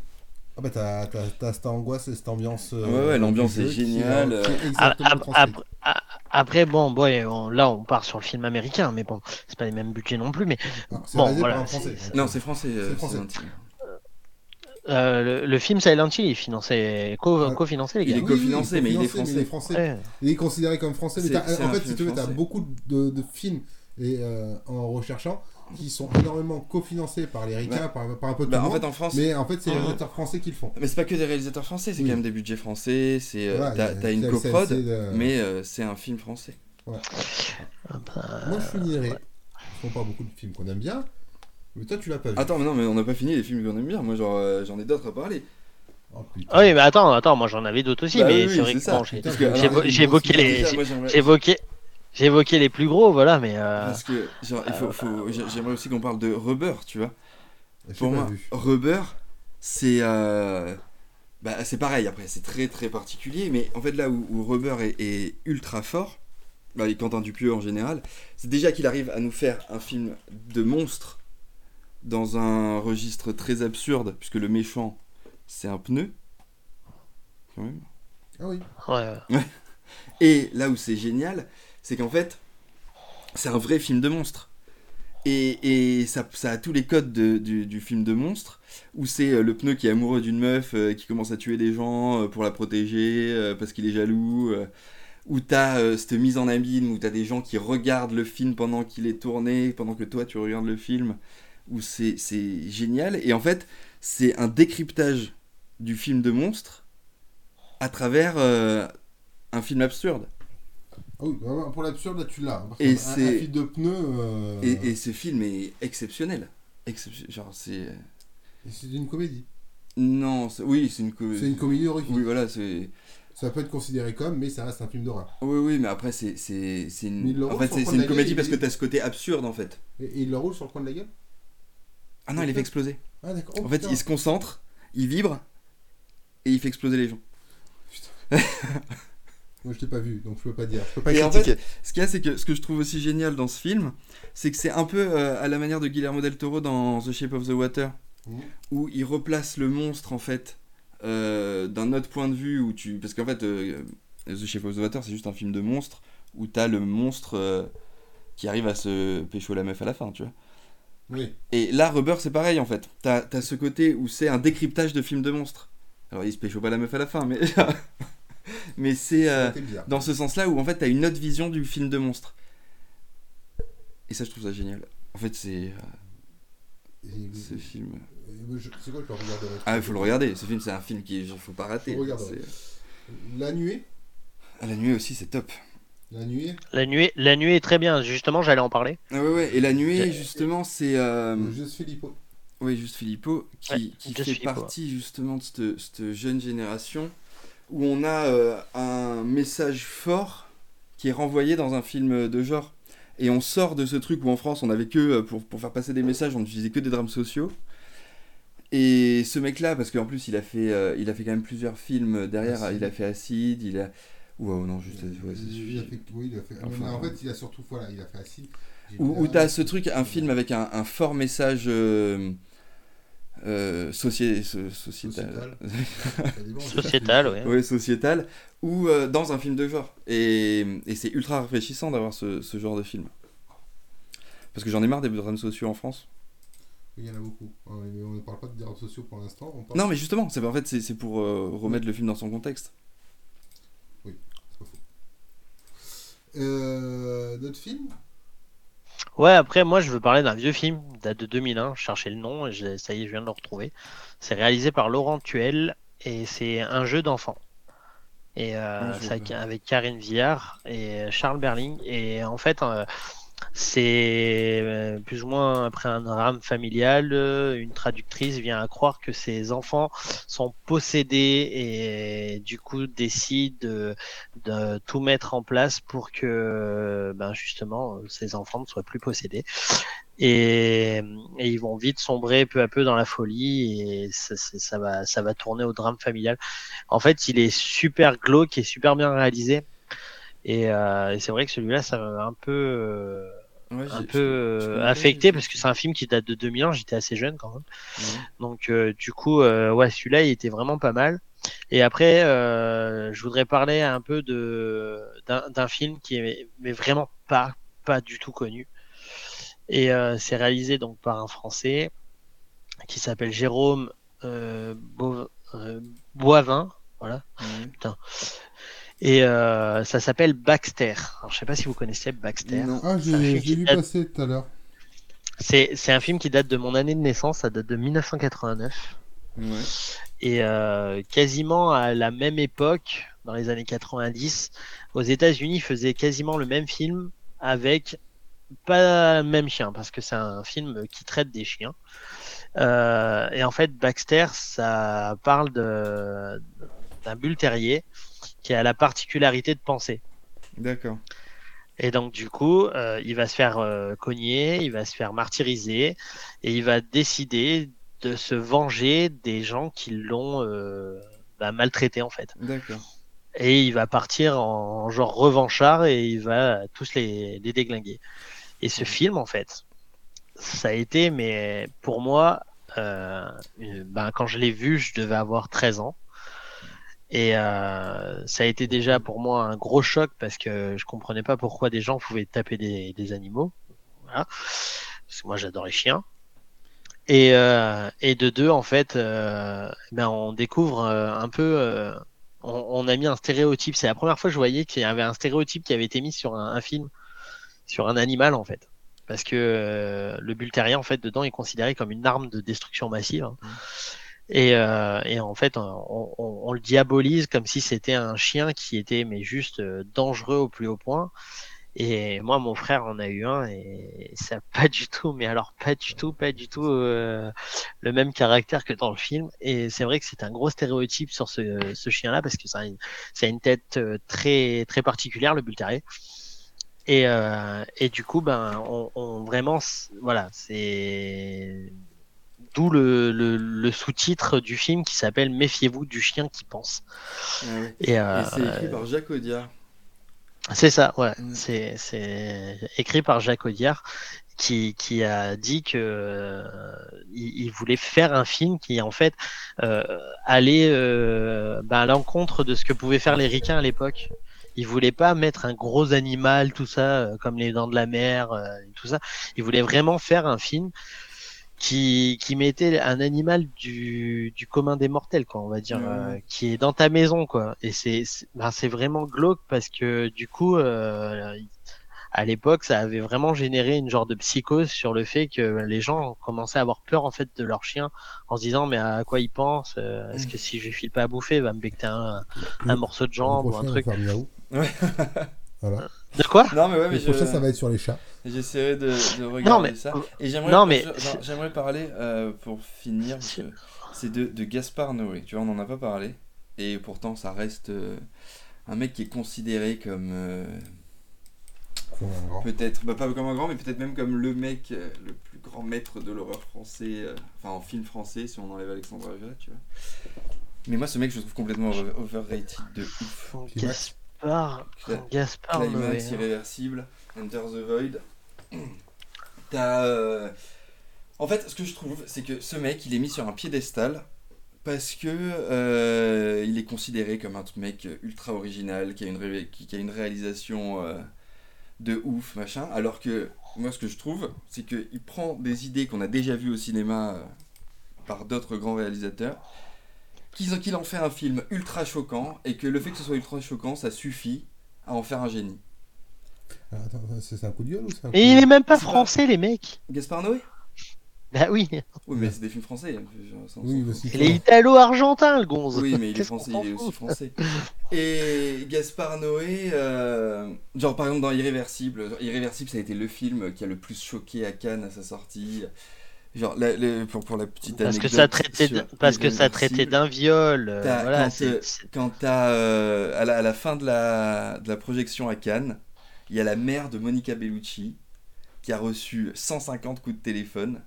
[SPEAKER 1] Ah bah t'as, t'as, t'as cette angoisse et cette ambiance. euh,
[SPEAKER 2] Ouais, ouais, l'ambiance
[SPEAKER 1] du jeu
[SPEAKER 2] est
[SPEAKER 1] qui est-
[SPEAKER 2] géniale. euh.
[SPEAKER 1] qui est
[SPEAKER 3] Ah,
[SPEAKER 1] exactement
[SPEAKER 3] ap-
[SPEAKER 1] transcrite.
[SPEAKER 3] ap- a- Après, bon, boy, on- là, on part sur le film américain, mais bon, c'est pas les mêmes budgets non plus. Mais
[SPEAKER 1] Non, c'est
[SPEAKER 3] ah, bon,
[SPEAKER 1] réalisé
[SPEAKER 3] voilà,
[SPEAKER 1] par un
[SPEAKER 3] c'est-
[SPEAKER 1] français.
[SPEAKER 2] Non, c'est français, euh,
[SPEAKER 1] C'est français.
[SPEAKER 2] Silent Hill.
[SPEAKER 3] euh, le, le film Silent Hill, il finançait, co-
[SPEAKER 1] Ouais.
[SPEAKER 3] co-financé les
[SPEAKER 2] Il
[SPEAKER 3] gars.
[SPEAKER 2] est cofinancé, mais il est
[SPEAKER 1] cofinancé, mais français.
[SPEAKER 3] Ouais.
[SPEAKER 1] Il est considéré comme français, mais
[SPEAKER 2] C'est-
[SPEAKER 1] t'as-
[SPEAKER 2] c'est
[SPEAKER 1] en
[SPEAKER 2] un
[SPEAKER 1] fait,
[SPEAKER 2] film
[SPEAKER 1] si tu veux, t'as
[SPEAKER 2] français.
[SPEAKER 1] beaucoup de, de films et, euh, en recherchant qui sont énormément cofinancés par les ricains, par, par un peu tout
[SPEAKER 2] Bah,
[SPEAKER 1] le
[SPEAKER 2] en
[SPEAKER 1] monde.
[SPEAKER 2] fait, en France,
[SPEAKER 1] mais en fait, c'est les
[SPEAKER 2] Ouais.
[SPEAKER 1] réalisateurs français qui le font.
[SPEAKER 2] Mais c'est pas que des réalisateurs français, c'est
[SPEAKER 1] Oui.
[SPEAKER 2] quand même des budgets français, c'est euh,
[SPEAKER 1] Voilà,
[SPEAKER 2] t'as
[SPEAKER 1] c'est-
[SPEAKER 2] t'as une
[SPEAKER 1] c'est-
[SPEAKER 2] coprod,
[SPEAKER 1] c'est- c'est de-
[SPEAKER 2] mais euh, c'est un film français.
[SPEAKER 1] Moi, je finirai. On parle beaucoup de films qu'on aime bien, mais toi, tu l'as pas vu.
[SPEAKER 2] Attends, mais non, mais on n'a pas fini les films qu'on aime bien. Moi, genre, euh, j'en ai d'autres à parler.
[SPEAKER 1] Oh, putain.
[SPEAKER 3] Ah Oui, mais attends, attends, moi j'en avais d'autres aussi,
[SPEAKER 2] Bah
[SPEAKER 3] mais
[SPEAKER 2] oui,
[SPEAKER 3] c'est vrai
[SPEAKER 2] c'est
[SPEAKER 3] que
[SPEAKER 2] ça.
[SPEAKER 3] bon, j'ai-
[SPEAKER 1] Putain,
[SPEAKER 2] que,
[SPEAKER 1] j'ai-
[SPEAKER 2] alors,
[SPEAKER 1] j'ai-
[SPEAKER 3] j'ai évoqué
[SPEAKER 2] déjà,
[SPEAKER 3] les-
[SPEAKER 2] moi, j'aimerais-
[SPEAKER 3] j'évoquais j'évoquais les plus gros, voilà, mais euh,
[SPEAKER 2] Parce que, genre, il faut, faut- j'a- j'aimerais aussi qu'on parle de Rubber, tu vois.
[SPEAKER 1] Je l'ai
[SPEAKER 2] Pour
[SPEAKER 1] pas
[SPEAKER 2] moi,
[SPEAKER 1] vu.
[SPEAKER 2] Rubber, c'est. euh, Bah, c'est pareil après, c'est très très particulier, mais en fait, là où, où Rubber est, est ultra fort, bah, et Quentin Dupieux en général, c'est déjà qu'il arrive à nous faire un film de monstre dans un registre très absurde, puisque le méchant, c'est un pneu. Quand même.
[SPEAKER 1] Ah oui.
[SPEAKER 3] ouais, ouais.
[SPEAKER 2] Et là où c'est génial, c'est qu'en fait, c'est un vrai film de monstre. Et, et ça, ça a tous les codes de- du, du film de monstre, où c'est euh, le pneu qui est amoureux d'une meuf, euh, qui commence à tuer des gens euh, pour la protéger, euh, parce qu'il est jaloux, euh, où t'as euh, cette mise en abîme, où t'as des gens qui regardent le film pendant qu'il est tourné, pendant que toi tu regardes le film, où c'est c'est génial. Et en fait, c'est un décryptage du film de monstre à travers euh, un film absurde.
[SPEAKER 1] Ah oui, vraiment, pour l'absurde, là, tu l'as. Parce qu'un-
[SPEAKER 2] Et c'est-
[SPEAKER 1] un, fil de pneus. euh,
[SPEAKER 2] Et, et ce film est exceptionnel. Excep- Genre, c'est.
[SPEAKER 1] et C'est une comédie.
[SPEAKER 2] Non, c'est- oui, c'est une. co-
[SPEAKER 1] C'est une comédie horrifique.
[SPEAKER 2] Oui, voilà, c'est.
[SPEAKER 1] Ça peut être considéré comme, mais ça reste un film d'horreur.
[SPEAKER 2] Oui, oui, mais après, c'est. c'est c'est
[SPEAKER 1] Mais
[SPEAKER 2] une...
[SPEAKER 1] Laurent,
[SPEAKER 2] En fait,
[SPEAKER 1] sur
[SPEAKER 2] c'est
[SPEAKER 1] le
[SPEAKER 2] c'est une
[SPEAKER 1] condamné,
[SPEAKER 2] comédie
[SPEAKER 1] il-
[SPEAKER 2] parce que t'as ce côté absurde, en fait.
[SPEAKER 1] Et, et il le roule sur le coin de la gueule
[SPEAKER 2] Ah non, il les fait exploser.
[SPEAKER 1] Ah d'accord. Oh,
[SPEAKER 2] En fait,
[SPEAKER 1] putain.
[SPEAKER 2] il se concentre, il vibre, et il fait exploser les gens.
[SPEAKER 1] Moi, je t'ai pas vu, donc je peux pas dire. Je peux pas
[SPEAKER 2] Et en
[SPEAKER 1] critiquer.
[SPEAKER 2] fait, ce qu'il y a, c'est que ce que je trouve aussi génial dans ce film, c'est que c'est un peu euh, à la manière de Guillermo del Toro dans The Shape of the Water.
[SPEAKER 1] Mhm.
[SPEAKER 2] où il replace le monstre en fait euh, d'un autre point de vue où tu parce qu'en fait euh, The Shape of the Water c'est juste un film de monstre où t'as le monstre euh, qui arrive à se pécho la meuf à la fin tu vois
[SPEAKER 1] Oui.
[SPEAKER 2] et là Rubber c'est pareil en fait t'as t'as ce côté où c'est un décryptage de film de monstre alors il se pécho pas la meuf à la fin mais mais c'est euh,
[SPEAKER 1] C'était bien.
[SPEAKER 2] dans ce sens-là où en fait t'as une autre vision du film de monstre. Et ça je trouve ça génial. En fait c'est euh,
[SPEAKER 1] Et-
[SPEAKER 2] ce film.
[SPEAKER 1] et- je- C'est quoi que je regarderai
[SPEAKER 2] Ah il faut le regarder. Ce film c'est un film qui faut pas rater.
[SPEAKER 1] Faut le regarder.
[SPEAKER 2] C'est- euh,
[SPEAKER 1] La nuée
[SPEAKER 2] Ah, la nuée aussi c'est top.
[SPEAKER 1] La nuée
[SPEAKER 3] La nuée, la nuée est très bien, justement, j'allais en parler.
[SPEAKER 2] Ah ouais ouais. Et la nuée
[SPEAKER 3] C'est-
[SPEAKER 2] justement c'est euh,
[SPEAKER 1] de Joseph Filippo.
[SPEAKER 2] oui juste Filippo qui,
[SPEAKER 3] Ouais,
[SPEAKER 2] qui
[SPEAKER 3] Just
[SPEAKER 2] fait
[SPEAKER 3] Filippo, ouais.
[SPEAKER 2] partie justement de cette, cette jeune génération où on a euh, un message fort qui est renvoyé dans un film de genre. Et on sort de ce truc où en France on avait que euh, pour, pour faire passer des messages on n'utilisait que des drames sociaux. Et ce mec-là, parce qu'en plus il a fait, euh, il a fait quand même plusieurs films derrière.
[SPEAKER 1] Acide.
[SPEAKER 2] Il a fait Acide, il a. Wow, non, juste.
[SPEAKER 1] Il-
[SPEAKER 2] ouais, ça
[SPEAKER 1] il a
[SPEAKER 2] suffit.
[SPEAKER 1] fait, oui, il a fait.
[SPEAKER 2] Enfin,
[SPEAKER 1] mais en fait, il a surtout, voilà, il a fait Acide.
[SPEAKER 2] Où, où t'as ce truc, un film avec un, un fort message euh, euh, socié- so- sociétal.
[SPEAKER 1] Sociétal. Ça dépend, je sais
[SPEAKER 3] Sociétal,
[SPEAKER 1] plus.
[SPEAKER 3] ouais.
[SPEAKER 2] ouais, sociétal, ou euh, dans un film de genre. Et, et c'est ultra rafraîchissant d'avoir ce, ce genre de film. Parce que j'en ai marre des drames sociaux en France.
[SPEAKER 1] Il y en a beaucoup. Ouais, mais on ne parle pas de drames sociaux pour l'instant. On parle
[SPEAKER 2] Non, mais justement, c'est en fait c'est c'est pour euh, remettre le film dans son contexte.
[SPEAKER 1] Euh, D'autres films
[SPEAKER 3] Ouais, après, moi, je veux parler d'un vieux film, date de 2001. Je cherchais le nom et j'ai- ça y est, je viens de le retrouver. C'est réalisé par Laurent Tuel et c'est un jeu d'enfant. Et euh,
[SPEAKER 2] Ah, je
[SPEAKER 3] ça
[SPEAKER 2] vois pas.
[SPEAKER 3] avec Karine Viard et euh, Charles Berling. Et en fait, euh, c'est euh, plus ou moins après un drame familial, euh, une traductrice vient à croire que ses enfants sont possédés et du coup décide de de tout mettre en place pour que euh, ben justement euh, ces enfants ne soient plus possédés et, et ils vont vite sombrer peu à peu dans la folie et ça, ça- ça va ça va tourner au drame familial en fait il est super glauque et super bien réalisé et, euh, et c'est vrai que celui-là ça m'a un peu euh,
[SPEAKER 2] Ouais,
[SPEAKER 3] un
[SPEAKER 2] j'ai-
[SPEAKER 3] peu
[SPEAKER 2] je
[SPEAKER 3] euh,
[SPEAKER 2] connais pas,
[SPEAKER 3] affecté
[SPEAKER 2] j'ai-
[SPEAKER 3] parce que c'est un film qui date de 2000 ans j'étais assez jeune quand même
[SPEAKER 2] Ouais.
[SPEAKER 3] donc euh, du coup, euh, ouais, celui-là, il était vraiment pas mal. Et après, euh, je voudrais parler un peu de d'un d'un film qui est mais vraiment pas pas du tout connu. Et euh, c'est réalisé donc par un Français qui s'appelle Jérôme euh, Bov- euh, Boivin. Voilà.
[SPEAKER 2] Ouais.
[SPEAKER 3] Et euh, ça s'appelle Baxter. Alors, je sais pas si vous connaissez Baxter.
[SPEAKER 2] Non.
[SPEAKER 1] Ah,
[SPEAKER 3] C'est
[SPEAKER 1] j'ai
[SPEAKER 3] un film
[SPEAKER 1] j'ai
[SPEAKER 3] qui
[SPEAKER 1] vu
[SPEAKER 3] date-
[SPEAKER 1] passer tout à l'heure.
[SPEAKER 3] C'est c'est un film qui date de mon année de naissance. Ça date de 1989.
[SPEAKER 2] Ouais.
[SPEAKER 3] Et euh, quasiment à la même époque, dans les années 90, aux États-Unis, ils faisaient quasiment le même film avec pas le même chien, parce que c'est un film qui traite des chiens. Euh, et en fait, Baxter, ça parle de- d'un bull terrier qui a la particularité de penser.
[SPEAKER 2] D'accord.
[SPEAKER 3] Et donc du coup, euh, il va se faire euh, cogner, il va se faire martyriser, et il va décider de se venger des gens qui l'ont euh, bah, maltraité en fait.
[SPEAKER 2] D'accord.
[SPEAKER 3] Et il va partir en, genre revanchard et il va tous les, les déglinguer. Et ce film en fait, ça a été, mais pour moi, euh, euh, ben, quand je l'ai vu, je devais avoir 13 ans. Et euh, ça a été déjà pour moi un gros choc parce que je comprenais pas pourquoi des gens pouvaient taper des, des animaux. Voilà. Parce que moi j'adore les chiens. Et, euh, et de deux, en fait, euh, ben on découvre euh, un peu. euh, on, on a mis un stéréotype. C'est la première fois que je voyais qu'il y avait un stéréotype qui avait été mis sur un, un film, sur un animal en fait. Parce que euh, le bull terrier, en fait, dedans, est considéré comme une arme de destruction massive. hein. Et, euh, et en fait, on, on- on le diabolise comme si c'était un chien qui était, mais juste euh, dangereux au plus haut point. Et moi, mon frère en a eu un, et ça pas du tout, mais alors pas du tout, pas du tout euh, le même caractère que dans le film. Et c'est vrai que c'est un gros stéréotype sur ce, ce chien-là parce que ça a une, ça a une tête euh, très très particulière, le bull terrier. Et, euh, et du coup, ben, on, on vraiment, s- voilà, c'est d'où le, le, le sous-titre du film qui s'appelle Méfiez-vous du chien qui pense.
[SPEAKER 2] Ah ouais.
[SPEAKER 3] Et, euh,
[SPEAKER 2] Et c'est écrit par Jacques Audiard.
[SPEAKER 3] c'est ça, ouais.
[SPEAKER 2] Mm.
[SPEAKER 3] C'est, c'est écrit par Jacques Audiard. qui, qui a dit que euh, il, il voulait faire un film qui en fait euh, allait euh, bah, à l'encontre de ce que pouvaient faire les ricains à l'époque. Il voulait pas mettre un gros animal, tout ça, euh, comme les dents de la mer, euh, et tout ça. Il voulait vraiment faire un film qui, qui mettait un animal du, du commun des mortels, quoi, on va dire,
[SPEAKER 2] Ouais,
[SPEAKER 3] euh, qui est dans ta maison, quoi. Et c'est c'est ben, c'est vraiment glauque parce que du coup, euh, à l'époque, ça avait vraiment généré une genre de psychose sur le fait que les gens commençaient à avoir peur en fait de leur chien en se disant mais à quoi il pense Euh, Est-ce que si je lui file pas à bouffer, il va me becter un, un
[SPEAKER 1] Le-
[SPEAKER 3] morceau de
[SPEAKER 1] Le
[SPEAKER 3] jambe ou un
[SPEAKER 1] prochain, on va
[SPEAKER 3] truc
[SPEAKER 1] faire miaou.
[SPEAKER 2] Ouais.
[SPEAKER 1] voilà.
[SPEAKER 3] De quoi
[SPEAKER 2] Non, mais ouais, mais
[SPEAKER 1] Le
[SPEAKER 2] je-
[SPEAKER 1] prochain, ça va être sur les chats.
[SPEAKER 2] j'essaierai de, de regarder
[SPEAKER 3] Non mais euh,
[SPEAKER 2] ça. Et j'aimerais,
[SPEAKER 3] Non, mais-
[SPEAKER 2] je- j'aimerais parler euh, pour finir, parce que c'est de, de Gaspard Noé. Tu vois, on n'en a pas parlé. Et pourtant, ça reste euh, un mec qui est considéré comme euh,
[SPEAKER 1] Pour un grand.
[SPEAKER 2] peut-être, bah, pas comme un grand, mais peut-être même comme le mec, euh, le plus grand maître de l'horreur français, euh, enfin en film français, si on enlève Alexandre Aja, tu vois. Mais moi, ce mec, je le trouve complètement over- overrated de ouf.
[SPEAKER 1] Climax.
[SPEAKER 3] Gaspard,
[SPEAKER 2] Cla-
[SPEAKER 3] Gaspard Noé,
[SPEAKER 2] Climax,
[SPEAKER 3] hein.
[SPEAKER 2] Irréversible, Enter the Void. T'as. euh, En fait, ce que je trouve, c'est que ce mec, il est mis sur un piédestal parce que euh, il est considéré comme un mec ultra original, qui a une, ré- qui, qui a une réalisation euh, de ouf, machin. Alors que moi, ce que je trouve, c'est qu'il prend des idées qu'on a déjà vues au cinéma euh, par d'autres grands réalisateurs, qu'ils- qu'il en fait un film ultra choquant, et que le fait que ce soit ultra choquant, ça suffit à en Ah, faire un génie.
[SPEAKER 1] Alors, Ah, attends, c'est c'est un coup de gueule ou c'est un coup
[SPEAKER 3] Mais il est
[SPEAKER 1] de...
[SPEAKER 3] même pas
[SPEAKER 2] C'est pas-
[SPEAKER 3] français les mecs.
[SPEAKER 2] Gaspard Noé
[SPEAKER 3] Bah oui,
[SPEAKER 2] Oui, mais c'est des films français. hein, genre, ça, on
[SPEAKER 1] Oui,
[SPEAKER 2] s'en
[SPEAKER 1] mais
[SPEAKER 2] fout.
[SPEAKER 1] si
[SPEAKER 3] il est italo-argentin le gonze.
[SPEAKER 2] Oui, mais il est
[SPEAKER 3] Qu'est-ce qu'on
[SPEAKER 2] français,
[SPEAKER 3] s'en
[SPEAKER 2] il est
[SPEAKER 3] fout
[SPEAKER 2] aussi français. Et Gaspard Noé, euh, genre par exemple dans Irréversible, genre, Irréversible ça a été le film qui a le plus choqué à Cannes à sa sortie. Genre, la- le- pour, pour la petite
[SPEAKER 3] Parce
[SPEAKER 2] anecdote.
[SPEAKER 3] que ça traitait,
[SPEAKER 2] sur
[SPEAKER 3] d'un- parce que ça
[SPEAKER 2] Irréversible,
[SPEAKER 3] traitait d'un viol. euh,
[SPEAKER 2] T'as-
[SPEAKER 3] voilà,
[SPEAKER 2] quand,
[SPEAKER 3] c'est-
[SPEAKER 2] euh,
[SPEAKER 3] c'est-
[SPEAKER 2] Quand t'as, euh, à, la, à la fin de la, de la projection à Cannes, il y a la mère de Monica Bellucci qui a reçu 150 coups de téléphone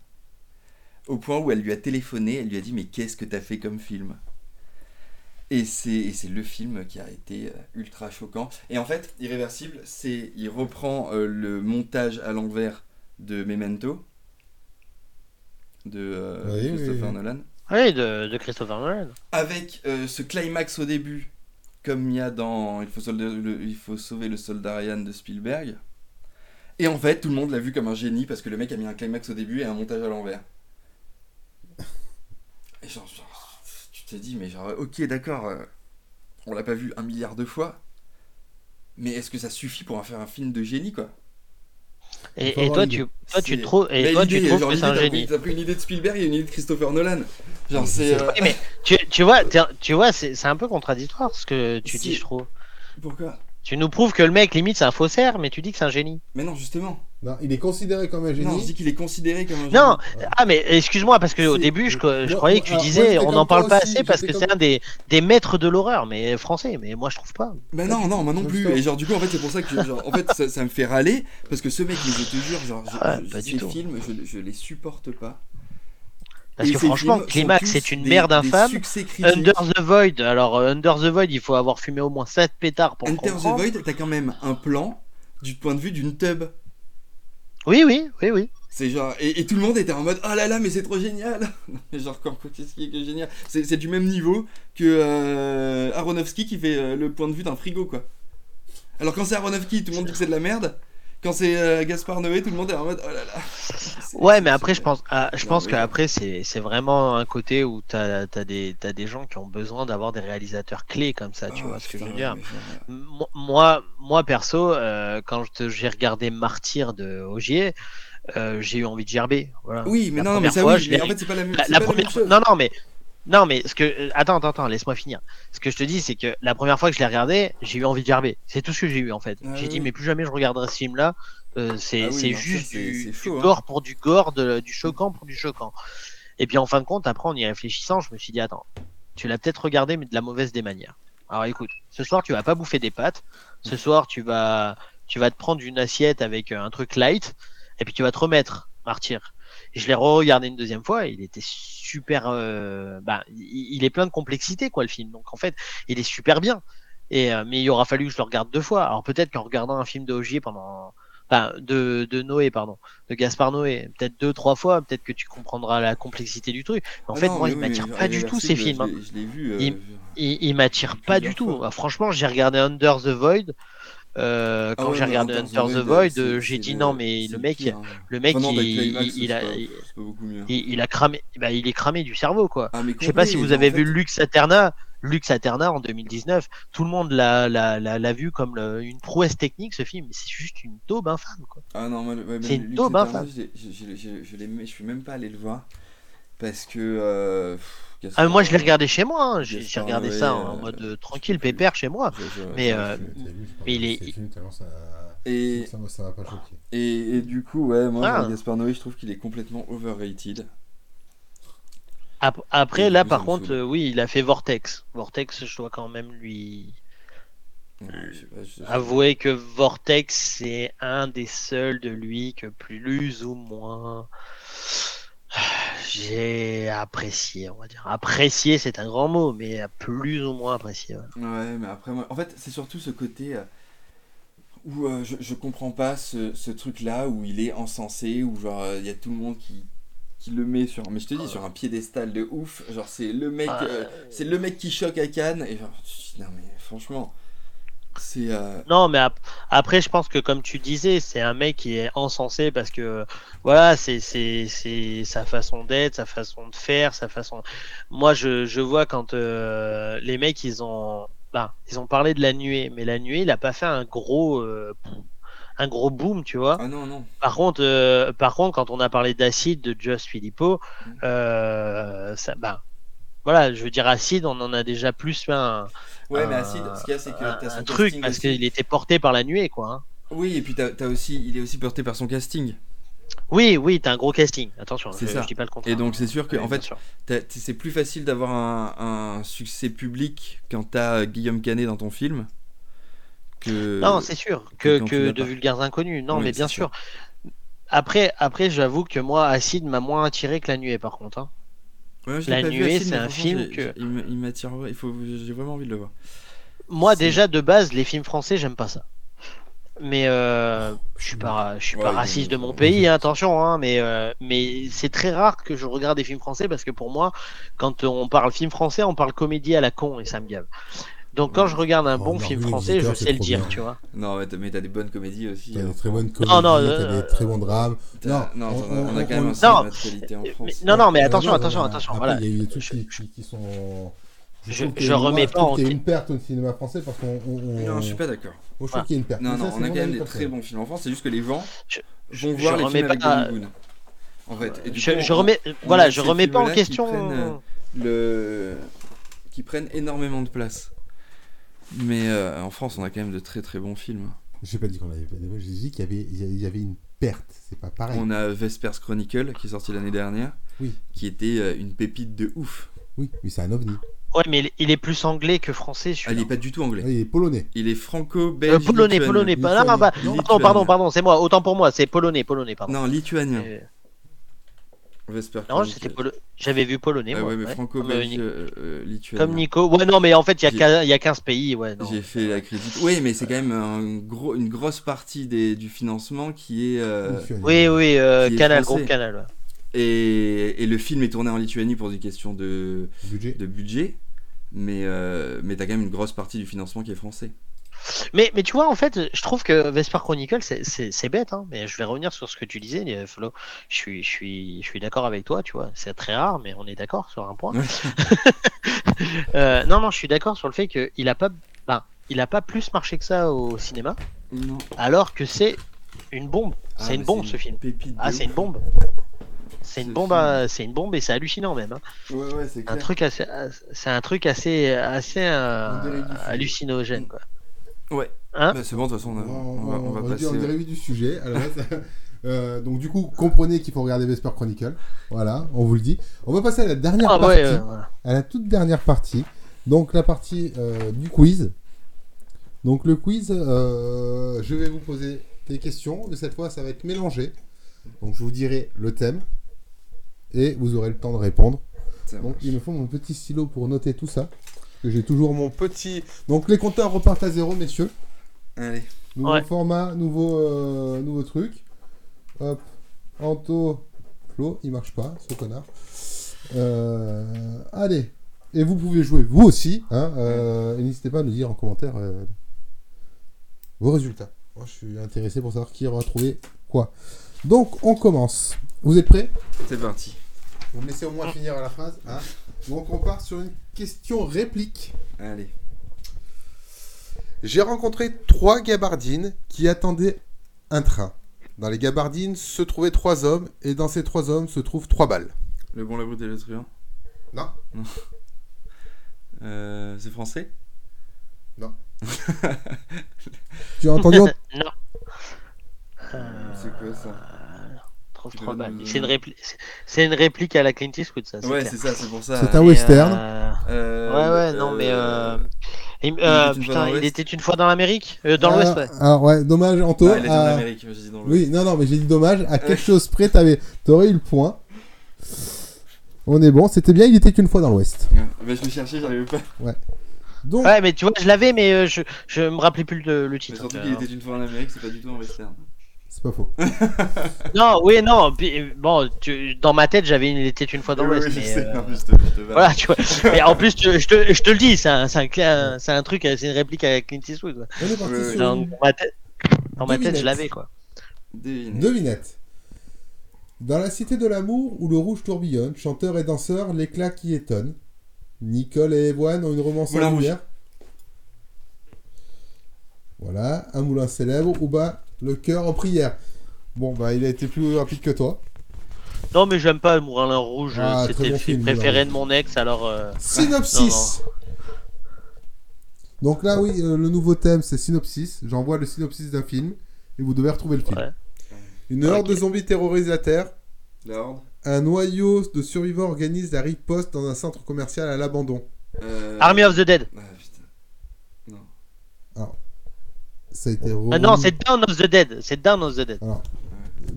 [SPEAKER 2] au point où elle lui a téléphoné, elle lui a dit mais qu'est-ce que t'as fait comme film et c'est, et c'est le film qui a été euh, ultra choquant. Et en fait, Irréversible, c'est, il reprend euh, le montage à l'envers de Memento de euh,
[SPEAKER 1] Oui, oui,
[SPEAKER 2] Christopher
[SPEAKER 1] oui.
[SPEAKER 2] Nolan
[SPEAKER 3] Oui, de, de Christopher Nolan.
[SPEAKER 2] avec euh, ce climax au début, comme il y a dans Il faut, solder- le- il faut sauver le soldat Ryan de Spielberg. Et en fait, tout le monde l'a vu comme un génie parce que le mec a mis un climax au début et un montage à l'envers. Et genre, genre, tu t'es dit, mais genre, ok, d'accord, euh, on l'a pas vu un milliard de fois, mais est-ce que ça suffit pour en faire un film de génie, quoi
[SPEAKER 1] Il faut
[SPEAKER 3] Et, et
[SPEAKER 1] avoir
[SPEAKER 3] toi,
[SPEAKER 1] l'idée.
[SPEAKER 3] tu, toi, tu
[SPEAKER 2] C'est-
[SPEAKER 3] trouves, et
[SPEAKER 2] Mais
[SPEAKER 3] toi,
[SPEAKER 2] Bah,
[SPEAKER 3] tu
[SPEAKER 2] l'idée,
[SPEAKER 3] trouves
[SPEAKER 2] genre,
[SPEAKER 3] que c'est un
[SPEAKER 2] l'idée, t'as
[SPEAKER 3] génie.
[SPEAKER 2] pris- T'as pris une idée de Spielberg et une idée de Christopher Nolan. Genre,
[SPEAKER 1] Oui,
[SPEAKER 2] c'est.
[SPEAKER 1] c'est-
[SPEAKER 2] euh,
[SPEAKER 3] Oui, mais tu, tu vois, t'es- tu vois, c'est c'est un peu contradictoire ce que tu
[SPEAKER 2] Si.
[SPEAKER 3] dis, je trouve.
[SPEAKER 2] Pourquoi
[SPEAKER 3] Tu nous prouves que le mec, limite, c'est un faussaire, mais tu dis que c'est un génie.
[SPEAKER 2] Mais non, justement.
[SPEAKER 1] Non, il est considéré comme un génie.
[SPEAKER 2] Non, je dis qu'il est considéré comme un
[SPEAKER 3] Non,
[SPEAKER 2] génie.
[SPEAKER 3] ah mais excuse-moi parce que au
[SPEAKER 1] Si.
[SPEAKER 3] début je, je
[SPEAKER 1] Moi-
[SPEAKER 3] croyais que tu
[SPEAKER 1] alors, moi,
[SPEAKER 3] disais
[SPEAKER 1] j'étais
[SPEAKER 3] on
[SPEAKER 1] comme
[SPEAKER 3] n'en parle
[SPEAKER 1] toi
[SPEAKER 3] pas
[SPEAKER 1] aussi,
[SPEAKER 3] assez parce que
[SPEAKER 1] j'étais
[SPEAKER 3] c'est
[SPEAKER 1] comme-
[SPEAKER 3] un des, des maîtres de l'horreur mais français mais moi je trouve pas.
[SPEAKER 2] Bah non, non, moi non
[SPEAKER 1] Comme
[SPEAKER 2] plus.
[SPEAKER 1] ça.
[SPEAKER 2] Et genre, du coup, en fait, c'est pour ça que genre, en fait, ça, ça me fait râler. Parce que ce mec, mais je te jure, genre, je-
[SPEAKER 3] Ah,
[SPEAKER 2] je-
[SPEAKER 3] pas du
[SPEAKER 2] ces
[SPEAKER 3] tout.
[SPEAKER 2] films, je, je les supporte pas.
[SPEAKER 3] Parce
[SPEAKER 2] Et
[SPEAKER 3] que
[SPEAKER 2] ces
[SPEAKER 3] franchement
[SPEAKER 2] films sont
[SPEAKER 3] Climax
[SPEAKER 2] tous
[SPEAKER 3] c'est une
[SPEAKER 2] des-
[SPEAKER 3] merde
[SPEAKER 2] des
[SPEAKER 3] infâme.
[SPEAKER 2] succès critiques.
[SPEAKER 3] Under the Void alors euh, Under the Void il faut avoir fumé au moins 7 pétards pour
[SPEAKER 2] Enter the
[SPEAKER 3] comprendre.
[SPEAKER 2] Void, t'as quand même un plan du point de vue d'une tub.
[SPEAKER 3] Oui oui oui oui.
[SPEAKER 2] C'est genre, et, et tout le monde était en mode, oh là là, mais c'est trop génial! Mais genre, quand- qu'est-ce qui est que génial? C'est c'est du même niveau que euh, Aronofsky qui fait euh, le point de vue d'un frigo, quoi. Alors, quand c'est Aronofsky, tout le monde dit que c'est de la merde. Quand c'est euh, Gaspard Noé, tout le monde est en mode, oh là là. C'est-
[SPEAKER 3] Ouais,
[SPEAKER 2] c'est-
[SPEAKER 3] mais après,
[SPEAKER 2] c'est-
[SPEAKER 3] je pense, ah, je
[SPEAKER 2] Non,
[SPEAKER 3] pense
[SPEAKER 2] mais-
[SPEAKER 3] qu'après, c'est c'est vraiment un côté où t'as as des, t'as des gens qui ont besoin d'avoir des réalisateurs clés comme ça, tu
[SPEAKER 2] Ah,
[SPEAKER 3] vois ce que je
[SPEAKER 2] putain,
[SPEAKER 3] veux dire.
[SPEAKER 2] mais genre,
[SPEAKER 3] M- Moi, moi perso, euh, quand je te- j'ai regardé Martyr de Augier, euh, j'ai eu envie de gerber. Voilà.
[SPEAKER 2] euh, Oui, mais
[SPEAKER 3] La
[SPEAKER 2] non, mais
[SPEAKER 3] première
[SPEAKER 2] ça,
[SPEAKER 3] fois,
[SPEAKER 2] oui,
[SPEAKER 3] je
[SPEAKER 2] mais
[SPEAKER 3] l'ai-
[SPEAKER 2] en fait, c'est pas la même,
[SPEAKER 3] La,
[SPEAKER 2] c'est
[SPEAKER 3] la
[SPEAKER 2] pas la
[SPEAKER 3] première
[SPEAKER 2] même
[SPEAKER 3] fois,
[SPEAKER 2] chose.
[SPEAKER 3] non, non, mais non, mais ce que euh, attends, attends, attends, laisse-moi finir. Ce que je te dis, c'est que la première fois que je l'ai regardé, j'ai eu envie de gerber. C'est tout ce que j'ai eu en fait.
[SPEAKER 2] Ah
[SPEAKER 3] j'ai
[SPEAKER 2] oui.
[SPEAKER 3] dit, mais plus jamais je regarderai ce film-là. Euh, c'est
[SPEAKER 2] Ah oui,
[SPEAKER 3] c'est
[SPEAKER 2] non, ça,
[SPEAKER 3] juste
[SPEAKER 2] c'est-
[SPEAKER 3] du,
[SPEAKER 2] c'est
[SPEAKER 3] du
[SPEAKER 2] chaud, hein.
[SPEAKER 3] gore pour du gore, de- du choquant pour du choquant. Et puis en fin de compte, après en y réfléchissant, je me suis dit, attends, tu l'as peut-être regardé, mais de la mauvaise des manières. Alors écoute, ce soir tu vas pas bouffer des pâtes. Ce
[SPEAKER 2] Mm.
[SPEAKER 3] soir tu vas tu vas te prendre une assiette avec euh, un truc light, et puis tu vas te remettre, martyr. Et je l'ai re-regardé une deuxième fois, et il était super. euh, bah, il, il est plein de complexité, quoi, le film. Donc en fait, il est super bien. Et, euh, mais il aura fallu que je le regarde deux fois. Alors peut-être qu'en regardant un film de Ogier pendant enfin, de, de Noé, pardon, de Gaspard Noé, peut-être deux, trois fois, peut-être que tu comprendras la complexité du truc. En
[SPEAKER 2] Ah
[SPEAKER 3] fait,
[SPEAKER 2] non,
[SPEAKER 3] moi,
[SPEAKER 2] mais
[SPEAKER 3] il
[SPEAKER 2] oui, mais
[SPEAKER 3] m'attire
[SPEAKER 2] genre,
[SPEAKER 3] pas du tout ces
[SPEAKER 2] Irréversible,
[SPEAKER 3] films. hein.
[SPEAKER 2] Je l'ai- je l'ai vu. euh,
[SPEAKER 3] Il-
[SPEAKER 2] je-
[SPEAKER 3] Il, il m'attire pas du
[SPEAKER 2] Plusieurs
[SPEAKER 3] tout.
[SPEAKER 2] fois.
[SPEAKER 3] Ah, franchement, j'ai regardé Under the Void. Euh,
[SPEAKER 2] Ah
[SPEAKER 3] quand
[SPEAKER 2] ouais,
[SPEAKER 3] j'ai
[SPEAKER 2] non,
[SPEAKER 3] regardé
[SPEAKER 2] Enter
[SPEAKER 3] Under the
[SPEAKER 2] c'est-
[SPEAKER 3] Void, euh, j'ai
[SPEAKER 2] c'est
[SPEAKER 3] dit
[SPEAKER 2] le-
[SPEAKER 3] non, mais
[SPEAKER 2] c'est
[SPEAKER 3] le mec,
[SPEAKER 2] pire, hein.
[SPEAKER 3] le mec,
[SPEAKER 2] Enfin, non,
[SPEAKER 3] il,
[SPEAKER 2] avec Climax,
[SPEAKER 3] il- il
[SPEAKER 2] c'est
[SPEAKER 3] a,
[SPEAKER 2] pas-
[SPEAKER 3] il,
[SPEAKER 2] c'est pas beaucoup mieux.
[SPEAKER 3] il a cramé, bah, il est cramé du cerveau, quoi.
[SPEAKER 2] Ah, mais
[SPEAKER 3] Je sais pas
[SPEAKER 2] complet,
[SPEAKER 3] si
[SPEAKER 2] et
[SPEAKER 3] vous
[SPEAKER 2] en
[SPEAKER 3] avez vu
[SPEAKER 2] fait,
[SPEAKER 3] Lux Aterna. Lux Aterna en 2019, tout le monde l'a, l'a, l'a, l'a vu comme le- une prouesse technique ce film, mais c'est juste une daube infâme quoi.
[SPEAKER 2] Ah non, moi, le- ouais,
[SPEAKER 3] C'est
[SPEAKER 2] mais
[SPEAKER 3] une
[SPEAKER 2] Luc
[SPEAKER 3] daube, hein,
[SPEAKER 2] Eternel, je l'ai- je- je- je- je l'ai- je suis même pas allé le voir parce que. euh, pff,
[SPEAKER 3] Ah, mais moi je l'ai
[SPEAKER 2] Gaspard-
[SPEAKER 3] regardé chez moi, hein. j'ai,
[SPEAKER 2] Gaspard
[SPEAKER 3] j'ai regardé
[SPEAKER 2] Noé,
[SPEAKER 3] ça en
[SPEAKER 2] euh,
[SPEAKER 3] mode euh, tranquille, pépère chez moi.
[SPEAKER 2] je- je-
[SPEAKER 3] Mais,
[SPEAKER 2] je-
[SPEAKER 3] euh,
[SPEAKER 1] T'as vu, je parle
[SPEAKER 3] mais il
[SPEAKER 1] de
[SPEAKER 3] est-
[SPEAKER 1] ces films tellement ça-
[SPEAKER 2] Et,
[SPEAKER 1] ça moi, ça m'a pas choqué.
[SPEAKER 2] et, et du coup, ouais, moi,
[SPEAKER 3] Ah.
[SPEAKER 2] Gaspard Noé, je trouve qu'il est complètement overrated.
[SPEAKER 3] Ap-
[SPEAKER 2] Et
[SPEAKER 3] Après là
[SPEAKER 2] vous,
[SPEAKER 3] par
[SPEAKER 2] ça me
[SPEAKER 3] contre,
[SPEAKER 2] saoule.
[SPEAKER 3] euh, oui, il a fait Vortex. Vortex, je dois quand même lui
[SPEAKER 2] Ouais, je sais pas, je- je-
[SPEAKER 3] avouer que Vortex c'est un des seuls de lui que plus ou moins j'ai apprécié, on va dire. Apprécié, c'est un grand mot, mais plus ou moins apprécié. ouais.
[SPEAKER 2] Ouais, mais après, moi, en fait, c'est surtout ce côté euh, où euh, je, je comprends pas ce, ce truc-là, où il est encensé, où genre, il y a tout le monde qui, qui le met sur, mais je te dis, sur un piédestal de ouf. Genre, c'est le mec,
[SPEAKER 3] Ah,
[SPEAKER 2] euh, c'est le mec qui choque à Cannes, et genre, tu te dis, non, mais franchement, c'est. euh,
[SPEAKER 3] Non, mais ap- après, je pense que comme tu disais, c'est un mec qui est encensé parce que euh, voilà, c'est c'est c'est sa façon d'être, sa façon de faire, sa façon. Moi, je je vois quand euh, les mecs ils ont ben, ils ont parlé de la nuée, mais la nuée, il a pas fait un gros euh, un gros boom, tu vois.
[SPEAKER 2] Ah non, non.
[SPEAKER 3] Par contre, euh, par contre, quand on a parlé d'acide de Just Filippo,
[SPEAKER 2] Mm.
[SPEAKER 3] euh, ça ben voilà, je veux dire acide, on en a déjà plus fait un,
[SPEAKER 2] Ouais, mais
[SPEAKER 3] un-
[SPEAKER 2] Acid, ce qu'il y a, c'est que
[SPEAKER 3] un,
[SPEAKER 2] t'as son
[SPEAKER 3] Euh, un truc
[SPEAKER 2] casting
[SPEAKER 3] parce
[SPEAKER 2] aussi.
[SPEAKER 3] qu'il était porté par la nuée, quoi. hein.
[SPEAKER 2] Oui, et puis t'as t'as aussi, il est aussi porté par son casting.
[SPEAKER 3] Oui, oui, t'as un gros casting. Attention,
[SPEAKER 2] C'est
[SPEAKER 3] je,
[SPEAKER 2] ça.
[SPEAKER 3] je dis pas le contraire. Ah
[SPEAKER 2] Et donc, c'est sûr que,
[SPEAKER 3] Oui,
[SPEAKER 2] en
[SPEAKER 3] bien
[SPEAKER 2] fait,
[SPEAKER 3] sûr.
[SPEAKER 2] T'as- t- C'est plus facile d'avoir un, un succès public quand t'as euh, Guillaume Canet dans ton film que.
[SPEAKER 3] non, c'est sûr que,
[SPEAKER 2] quand tu
[SPEAKER 3] que
[SPEAKER 2] l'as
[SPEAKER 3] de
[SPEAKER 2] pas.
[SPEAKER 3] vulgaires inconnus. Non,
[SPEAKER 2] Oui,
[SPEAKER 3] mais
[SPEAKER 2] c'est
[SPEAKER 3] bien
[SPEAKER 2] sûr.
[SPEAKER 3] sûr. Après, après, j'avoue que moi, Acide m'a moins attiré que la nuée, par contre. hein.
[SPEAKER 2] Ouais, je
[SPEAKER 3] La
[SPEAKER 2] l'ai pas vu,
[SPEAKER 3] Nuée,
[SPEAKER 2] Acide, mais
[SPEAKER 3] c'est un
[SPEAKER 2] franchement,
[SPEAKER 3] film
[SPEAKER 2] j'ai-
[SPEAKER 3] que-
[SPEAKER 2] j'ai- Il m- il m'attire. ouais, Il faut. J'ai vraiment envie de le voir.
[SPEAKER 3] Moi,
[SPEAKER 2] C'est-
[SPEAKER 3] déjà de base, les films français, j'aime pas ça. Mais euh, je suis pas, je suis
[SPEAKER 2] Ouais,
[SPEAKER 3] pas
[SPEAKER 2] il est
[SPEAKER 3] raciste de
[SPEAKER 2] bon,
[SPEAKER 3] mon
[SPEAKER 2] ça.
[SPEAKER 3] pays, hein, attention. Hein, mais euh, mais c'est très rare que je regarde des films français parce que pour moi, quand on parle film français, on parle comédie à la con et ça me gave. Donc quand je regarde un
[SPEAKER 1] Oh,
[SPEAKER 3] bon
[SPEAKER 1] non,
[SPEAKER 3] film
[SPEAKER 1] oui, les
[SPEAKER 3] français, je
[SPEAKER 1] visiteurs, c'est
[SPEAKER 3] sais le
[SPEAKER 1] trop
[SPEAKER 3] dire,
[SPEAKER 1] bien.
[SPEAKER 3] tu vois.
[SPEAKER 2] Non, ouais, t'as- mais t'as des bonnes comédies aussi.
[SPEAKER 1] T'as
[SPEAKER 2] euh,
[SPEAKER 1] des très bonnes comédies,
[SPEAKER 3] non,
[SPEAKER 1] t'as
[SPEAKER 3] euh,
[SPEAKER 1] des très bons drames.
[SPEAKER 2] t'as- Non,
[SPEAKER 1] Non,
[SPEAKER 2] t'en as-
[SPEAKER 1] on-
[SPEAKER 2] on, a
[SPEAKER 1] on-
[SPEAKER 2] quand même
[SPEAKER 1] on-
[SPEAKER 2] un cinéma
[SPEAKER 3] Non.
[SPEAKER 2] de qualité en
[SPEAKER 3] Mais-
[SPEAKER 2] France.
[SPEAKER 3] non, non, mais
[SPEAKER 1] Euh,
[SPEAKER 3] attention,
[SPEAKER 1] non,
[SPEAKER 3] attention,
[SPEAKER 1] non,
[SPEAKER 3] attention.
[SPEAKER 1] après,
[SPEAKER 3] voilà.
[SPEAKER 1] Il y a eu des trucs
[SPEAKER 3] Je-
[SPEAKER 1] qui, qui- qui sont.
[SPEAKER 3] Je-
[SPEAKER 1] trouve que-
[SPEAKER 3] je remets
[SPEAKER 1] moi,
[SPEAKER 3] pas
[SPEAKER 1] trouve
[SPEAKER 3] en
[SPEAKER 1] qu'il y a
[SPEAKER 3] cri-
[SPEAKER 1] une perte au cinéma français parce qu'on. on- on-
[SPEAKER 2] Non, je suis pas d'accord.
[SPEAKER 1] Moi, je trouve
[SPEAKER 3] Voilà.
[SPEAKER 1] qu'il y a une perte.
[SPEAKER 2] Non,
[SPEAKER 1] Mais
[SPEAKER 2] non,
[SPEAKER 1] ça, c'est
[SPEAKER 2] on a
[SPEAKER 1] mon
[SPEAKER 2] quand même
[SPEAKER 1] avis
[SPEAKER 2] des
[SPEAKER 1] personnel.
[SPEAKER 2] très bons films en France. C'est juste que les gens
[SPEAKER 3] Je-
[SPEAKER 2] vont
[SPEAKER 3] je
[SPEAKER 2] voir les
[SPEAKER 3] remets
[SPEAKER 2] films avec
[SPEAKER 3] pas-
[SPEAKER 2] Danny Boone. En fait. Et du
[SPEAKER 3] je,
[SPEAKER 2] coup,
[SPEAKER 3] je
[SPEAKER 2] on-
[SPEAKER 3] remets,
[SPEAKER 2] on
[SPEAKER 3] voilà,
[SPEAKER 2] a
[SPEAKER 3] je
[SPEAKER 2] ces
[SPEAKER 3] remets pas en
[SPEAKER 2] films-là qui
[SPEAKER 3] question.
[SPEAKER 2] prennent, euh, le qui prennent énormément de place. Mais euh, en France, on a quand même de très très bons films.
[SPEAKER 1] J'ai pas dit qu'on avait pas des bons, J'ai dit qu'il y avait, il y avait une perte. C'est pas pareil.
[SPEAKER 2] On a Vespers Chronicle qui est sorti l'année dernière,
[SPEAKER 1] Oui.
[SPEAKER 2] qui était euh, une pépite de ouf.
[SPEAKER 1] Oui, mais c'est un ovni.
[SPEAKER 3] Ouais, mais il- il est plus anglais que français.
[SPEAKER 2] Ah, il
[SPEAKER 3] celui-là.
[SPEAKER 2] est pas du tout anglais.
[SPEAKER 1] Ah, Il est polonais.
[SPEAKER 2] Il est franco-belge.
[SPEAKER 3] Euh, polonais, polonais,
[SPEAKER 1] Lituanien.
[SPEAKER 3] pas- non, non,
[SPEAKER 2] Non,
[SPEAKER 3] bah, pardon, pardon,
[SPEAKER 2] Lituanien.
[SPEAKER 3] pardon, c'est moi. Autant pour moi, c'est polonais, polonais, pardon.
[SPEAKER 2] Non, lituanien.
[SPEAKER 3] Euh,
[SPEAKER 2] Vespers
[SPEAKER 3] non, c'était
[SPEAKER 2] Chronicle.
[SPEAKER 3] polo- J'avais vu polonais.
[SPEAKER 2] Ah
[SPEAKER 3] moi,
[SPEAKER 2] ouais, mais
[SPEAKER 3] ouais.
[SPEAKER 2] franco-belge,
[SPEAKER 3] Comme
[SPEAKER 2] euh, euh, lituanien.
[SPEAKER 3] Comme Nico. Ouais, non, mais en fait, il y a
[SPEAKER 2] J'ai-
[SPEAKER 3] qu'un- il y a 15 pays. Ouais, non.
[SPEAKER 2] J'ai fait la critique. Oui, mais c'est quand même un gros, une grosse partie des, du financement qui est. euh,
[SPEAKER 1] Lituanien.
[SPEAKER 3] Oui, oui, euh,
[SPEAKER 2] Qui est
[SPEAKER 3] Canal,
[SPEAKER 2] français.
[SPEAKER 3] groupe Canal. ouais.
[SPEAKER 2] et, et le film est tourné en Lituanie pour des questions de,
[SPEAKER 1] Budget.
[SPEAKER 2] de budget, mais, euh, mais t'as quand même une grosse partie du financement qui est français.
[SPEAKER 3] Mais, mais tu vois, en fait, je trouve que Vesper Chronicle, c'est- c'est c'est bête, hein, mais je vais revenir sur ce que tu disais, euh, Flo. Je suis, je suis, je suis d'accord avec toi, tu vois. C'est très rare, mais on est d'accord sur un point. Euh, non, non, je suis d'accord sur le fait qu'il n'a pas, ben, il a pas plus marché que ça au cinéma,
[SPEAKER 2] Non.
[SPEAKER 3] alors que c'est une bombe. C'est une bombe, ce film.
[SPEAKER 2] Pépite Ah, de
[SPEAKER 3] Ah, c'est une
[SPEAKER 2] ouf.
[SPEAKER 3] bombe. C'est
[SPEAKER 2] Ce
[SPEAKER 3] une bombe,
[SPEAKER 2] film.
[SPEAKER 3] à- c'est une bombe et c'est hallucinant même. hein.
[SPEAKER 2] Ouais, ouais, c'est
[SPEAKER 3] Un
[SPEAKER 2] clair.
[SPEAKER 3] truc assez, c'est un truc assez, assez euh,
[SPEAKER 1] On dirait du film.
[SPEAKER 3] hallucinogène quoi.
[SPEAKER 2] Ouais.
[SPEAKER 3] Hein
[SPEAKER 2] Bah, c'est bon, de toute façon, on, a-
[SPEAKER 1] On,
[SPEAKER 2] on va, on va
[SPEAKER 1] on- on
[SPEAKER 2] passer.
[SPEAKER 1] dit- on dirait oui du sujet. à la base. Euh, donc du coup, comprenez qu'il faut regarder Vesper Chronicle. Voilà, on vous le dit. On va passer à la dernière
[SPEAKER 3] Ah
[SPEAKER 1] partie.
[SPEAKER 3] ouais, euh, voilà.
[SPEAKER 1] à la toute dernière partie. Donc la partie euh, du quiz. Donc le quiz, euh, je vais vous poser des questions, mais cette fois ça va être mélangé. Donc je vous dirai le thème et vous aurez le temps de répondre.
[SPEAKER 2] Ça
[SPEAKER 1] Donc
[SPEAKER 2] marche.
[SPEAKER 1] il me faut mon petit stylo pour noter tout ça. parce Que j'ai toujours mon petit. Donc les compteurs repartent à zéro, messieurs.
[SPEAKER 2] Allez.
[SPEAKER 1] Nouveau
[SPEAKER 3] Ouais.
[SPEAKER 1] format, nouveau, euh, nouveau truc. Hop. Anto, Flo, il marche pas, ce connard. Euh, allez. Et vous pouvez jouer vous aussi. hein, euh, et n'hésitez pas à nous dire en commentaire euh, vos résultats. Moi, je suis intéressé pour savoir qui aura trouvé quoi. Donc, on commence. Vous êtes prêts
[SPEAKER 2] C'est parti.
[SPEAKER 1] Vous me laissez au moins finir à la phrase. hein. Donc, on part sur une question réplique.
[SPEAKER 2] Allez.
[SPEAKER 1] J'ai rencontré trois gabardines qui attendaient un train. Dans les gabardines se trouvaient trois hommes et dans ces trois hommes se trouvent trois balles.
[SPEAKER 2] Le bon, la brute et le truand.
[SPEAKER 1] Non.
[SPEAKER 2] Euh, c'est français
[SPEAKER 1] Tu as entendu Ant-
[SPEAKER 3] Non. Euh,
[SPEAKER 2] C'est quoi ça
[SPEAKER 3] trouve
[SPEAKER 2] Tu
[SPEAKER 3] trois
[SPEAKER 2] veux-
[SPEAKER 3] balles. C'est une, répli- c'est- c'est une réplique à la Clint Eastwood, ça.
[SPEAKER 2] Ouais,
[SPEAKER 3] clair.
[SPEAKER 2] c'est ça, c'est pour ça.
[SPEAKER 1] C'est un
[SPEAKER 3] Mais,
[SPEAKER 1] western.
[SPEAKER 3] euh,
[SPEAKER 2] Euh,
[SPEAKER 3] Ouais, ouais,
[SPEAKER 2] euh,
[SPEAKER 3] non, mais. Euh... il-
[SPEAKER 2] était une fois
[SPEAKER 3] euh,
[SPEAKER 2] dans
[SPEAKER 3] putain, il
[SPEAKER 2] l'Ouest.
[SPEAKER 3] était une fois dans l'Amérique Euh, Dans l'Ouest, ouais.
[SPEAKER 1] Ah, Ah ouais, dommage Anto.
[SPEAKER 2] non, il était en
[SPEAKER 1] Ah,
[SPEAKER 2] Amérique, j'ai dit dans le.
[SPEAKER 1] oui, non, non, mais j'ai dit dommage. À quelque chose près, t'avais- t'aurais eu le point. On est bon, c'était bien, il était qu'une fois dans l'Ouest.
[SPEAKER 2] Ouais. Bah, je le cherchais, j'arrivais pas.
[SPEAKER 1] Donc,
[SPEAKER 3] Ouais, mais tu vois, je l'avais, mais euh, je, je me rappelais plus le, le
[SPEAKER 2] Mais
[SPEAKER 3] titre.
[SPEAKER 2] surtout
[SPEAKER 3] Euh,
[SPEAKER 2] qu'il était une fois en Amérique, c'est pas du tout un western.
[SPEAKER 1] c'est pas faux.
[SPEAKER 3] Euh, Non, oui, non. puis, euh, Bon, tu- dans ma tête, j'avais Il était une fois dans
[SPEAKER 2] Oui,
[SPEAKER 3] l'Ouest.
[SPEAKER 2] oui, je
[SPEAKER 3] mais,
[SPEAKER 2] sais,
[SPEAKER 3] euh,
[SPEAKER 2] non, mais je te, je te
[SPEAKER 3] Voilà, tu vois. Mais en plus, tu- je te, je te le dis, c'est un, c'est un, cla- c'est un truc, euh, c'est une réplique à Clint Eastwood. quoi.
[SPEAKER 1] On est parti
[SPEAKER 2] Ouais, ouais.
[SPEAKER 1] sur
[SPEAKER 3] Dans
[SPEAKER 1] une
[SPEAKER 3] ma tête, dans ma tête
[SPEAKER 1] Devinette.
[SPEAKER 3] je l'avais, quoi.
[SPEAKER 2] Devine.
[SPEAKER 1] devinette. Dans la cité de l'amour où le rouge tourbillonne, chanteurs et danseurs, l'éclat qui étonne. Nicole et Evoine ont une romance
[SPEAKER 2] Moulin
[SPEAKER 1] en
[SPEAKER 2] Rouge.
[SPEAKER 1] lumière. Voilà, un moulin célèbre où bat le cœur en prière. Bon, bah, il a été plus rapide que toi.
[SPEAKER 3] Non, mais j'aime pas Moulin Rouge, euh,
[SPEAKER 1] Ah, très
[SPEAKER 3] c'était
[SPEAKER 1] bon
[SPEAKER 3] le
[SPEAKER 1] film,
[SPEAKER 3] film préféré
[SPEAKER 1] Moulin
[SPEAKER 3] de mon ex, alors. euh,
[SPEAKER 1] Synopsis. Donc là, oui, euh, le nouveau thème, c'est synopsis. J'envoie le synopsis d'un film et vous devez retrouver le film.
[SPEAKER 3] Ouais.
[SPEAKER 1] Une horde de
[SPEAKER 3] Ok.
[SPEAKER 1] zombies terrorise la Terre.
[SPEAKER 2] La Horde.
[SPEAKER 1] Un noyau de survivants organise la riposte dans un centre commercial à l'abandon.
[SPEAKER 2] Euh...
[SPEAKER 3] Army of the Dead.
[SPEAKER 2] Ah putain.
[SPEAKER 1] Ça a été
[SPEAKER 3] Ah non,
[SPEAKER 1] remis-
[SPEAKER 3] c'est Down of the Dead. C'est Down of the Dead.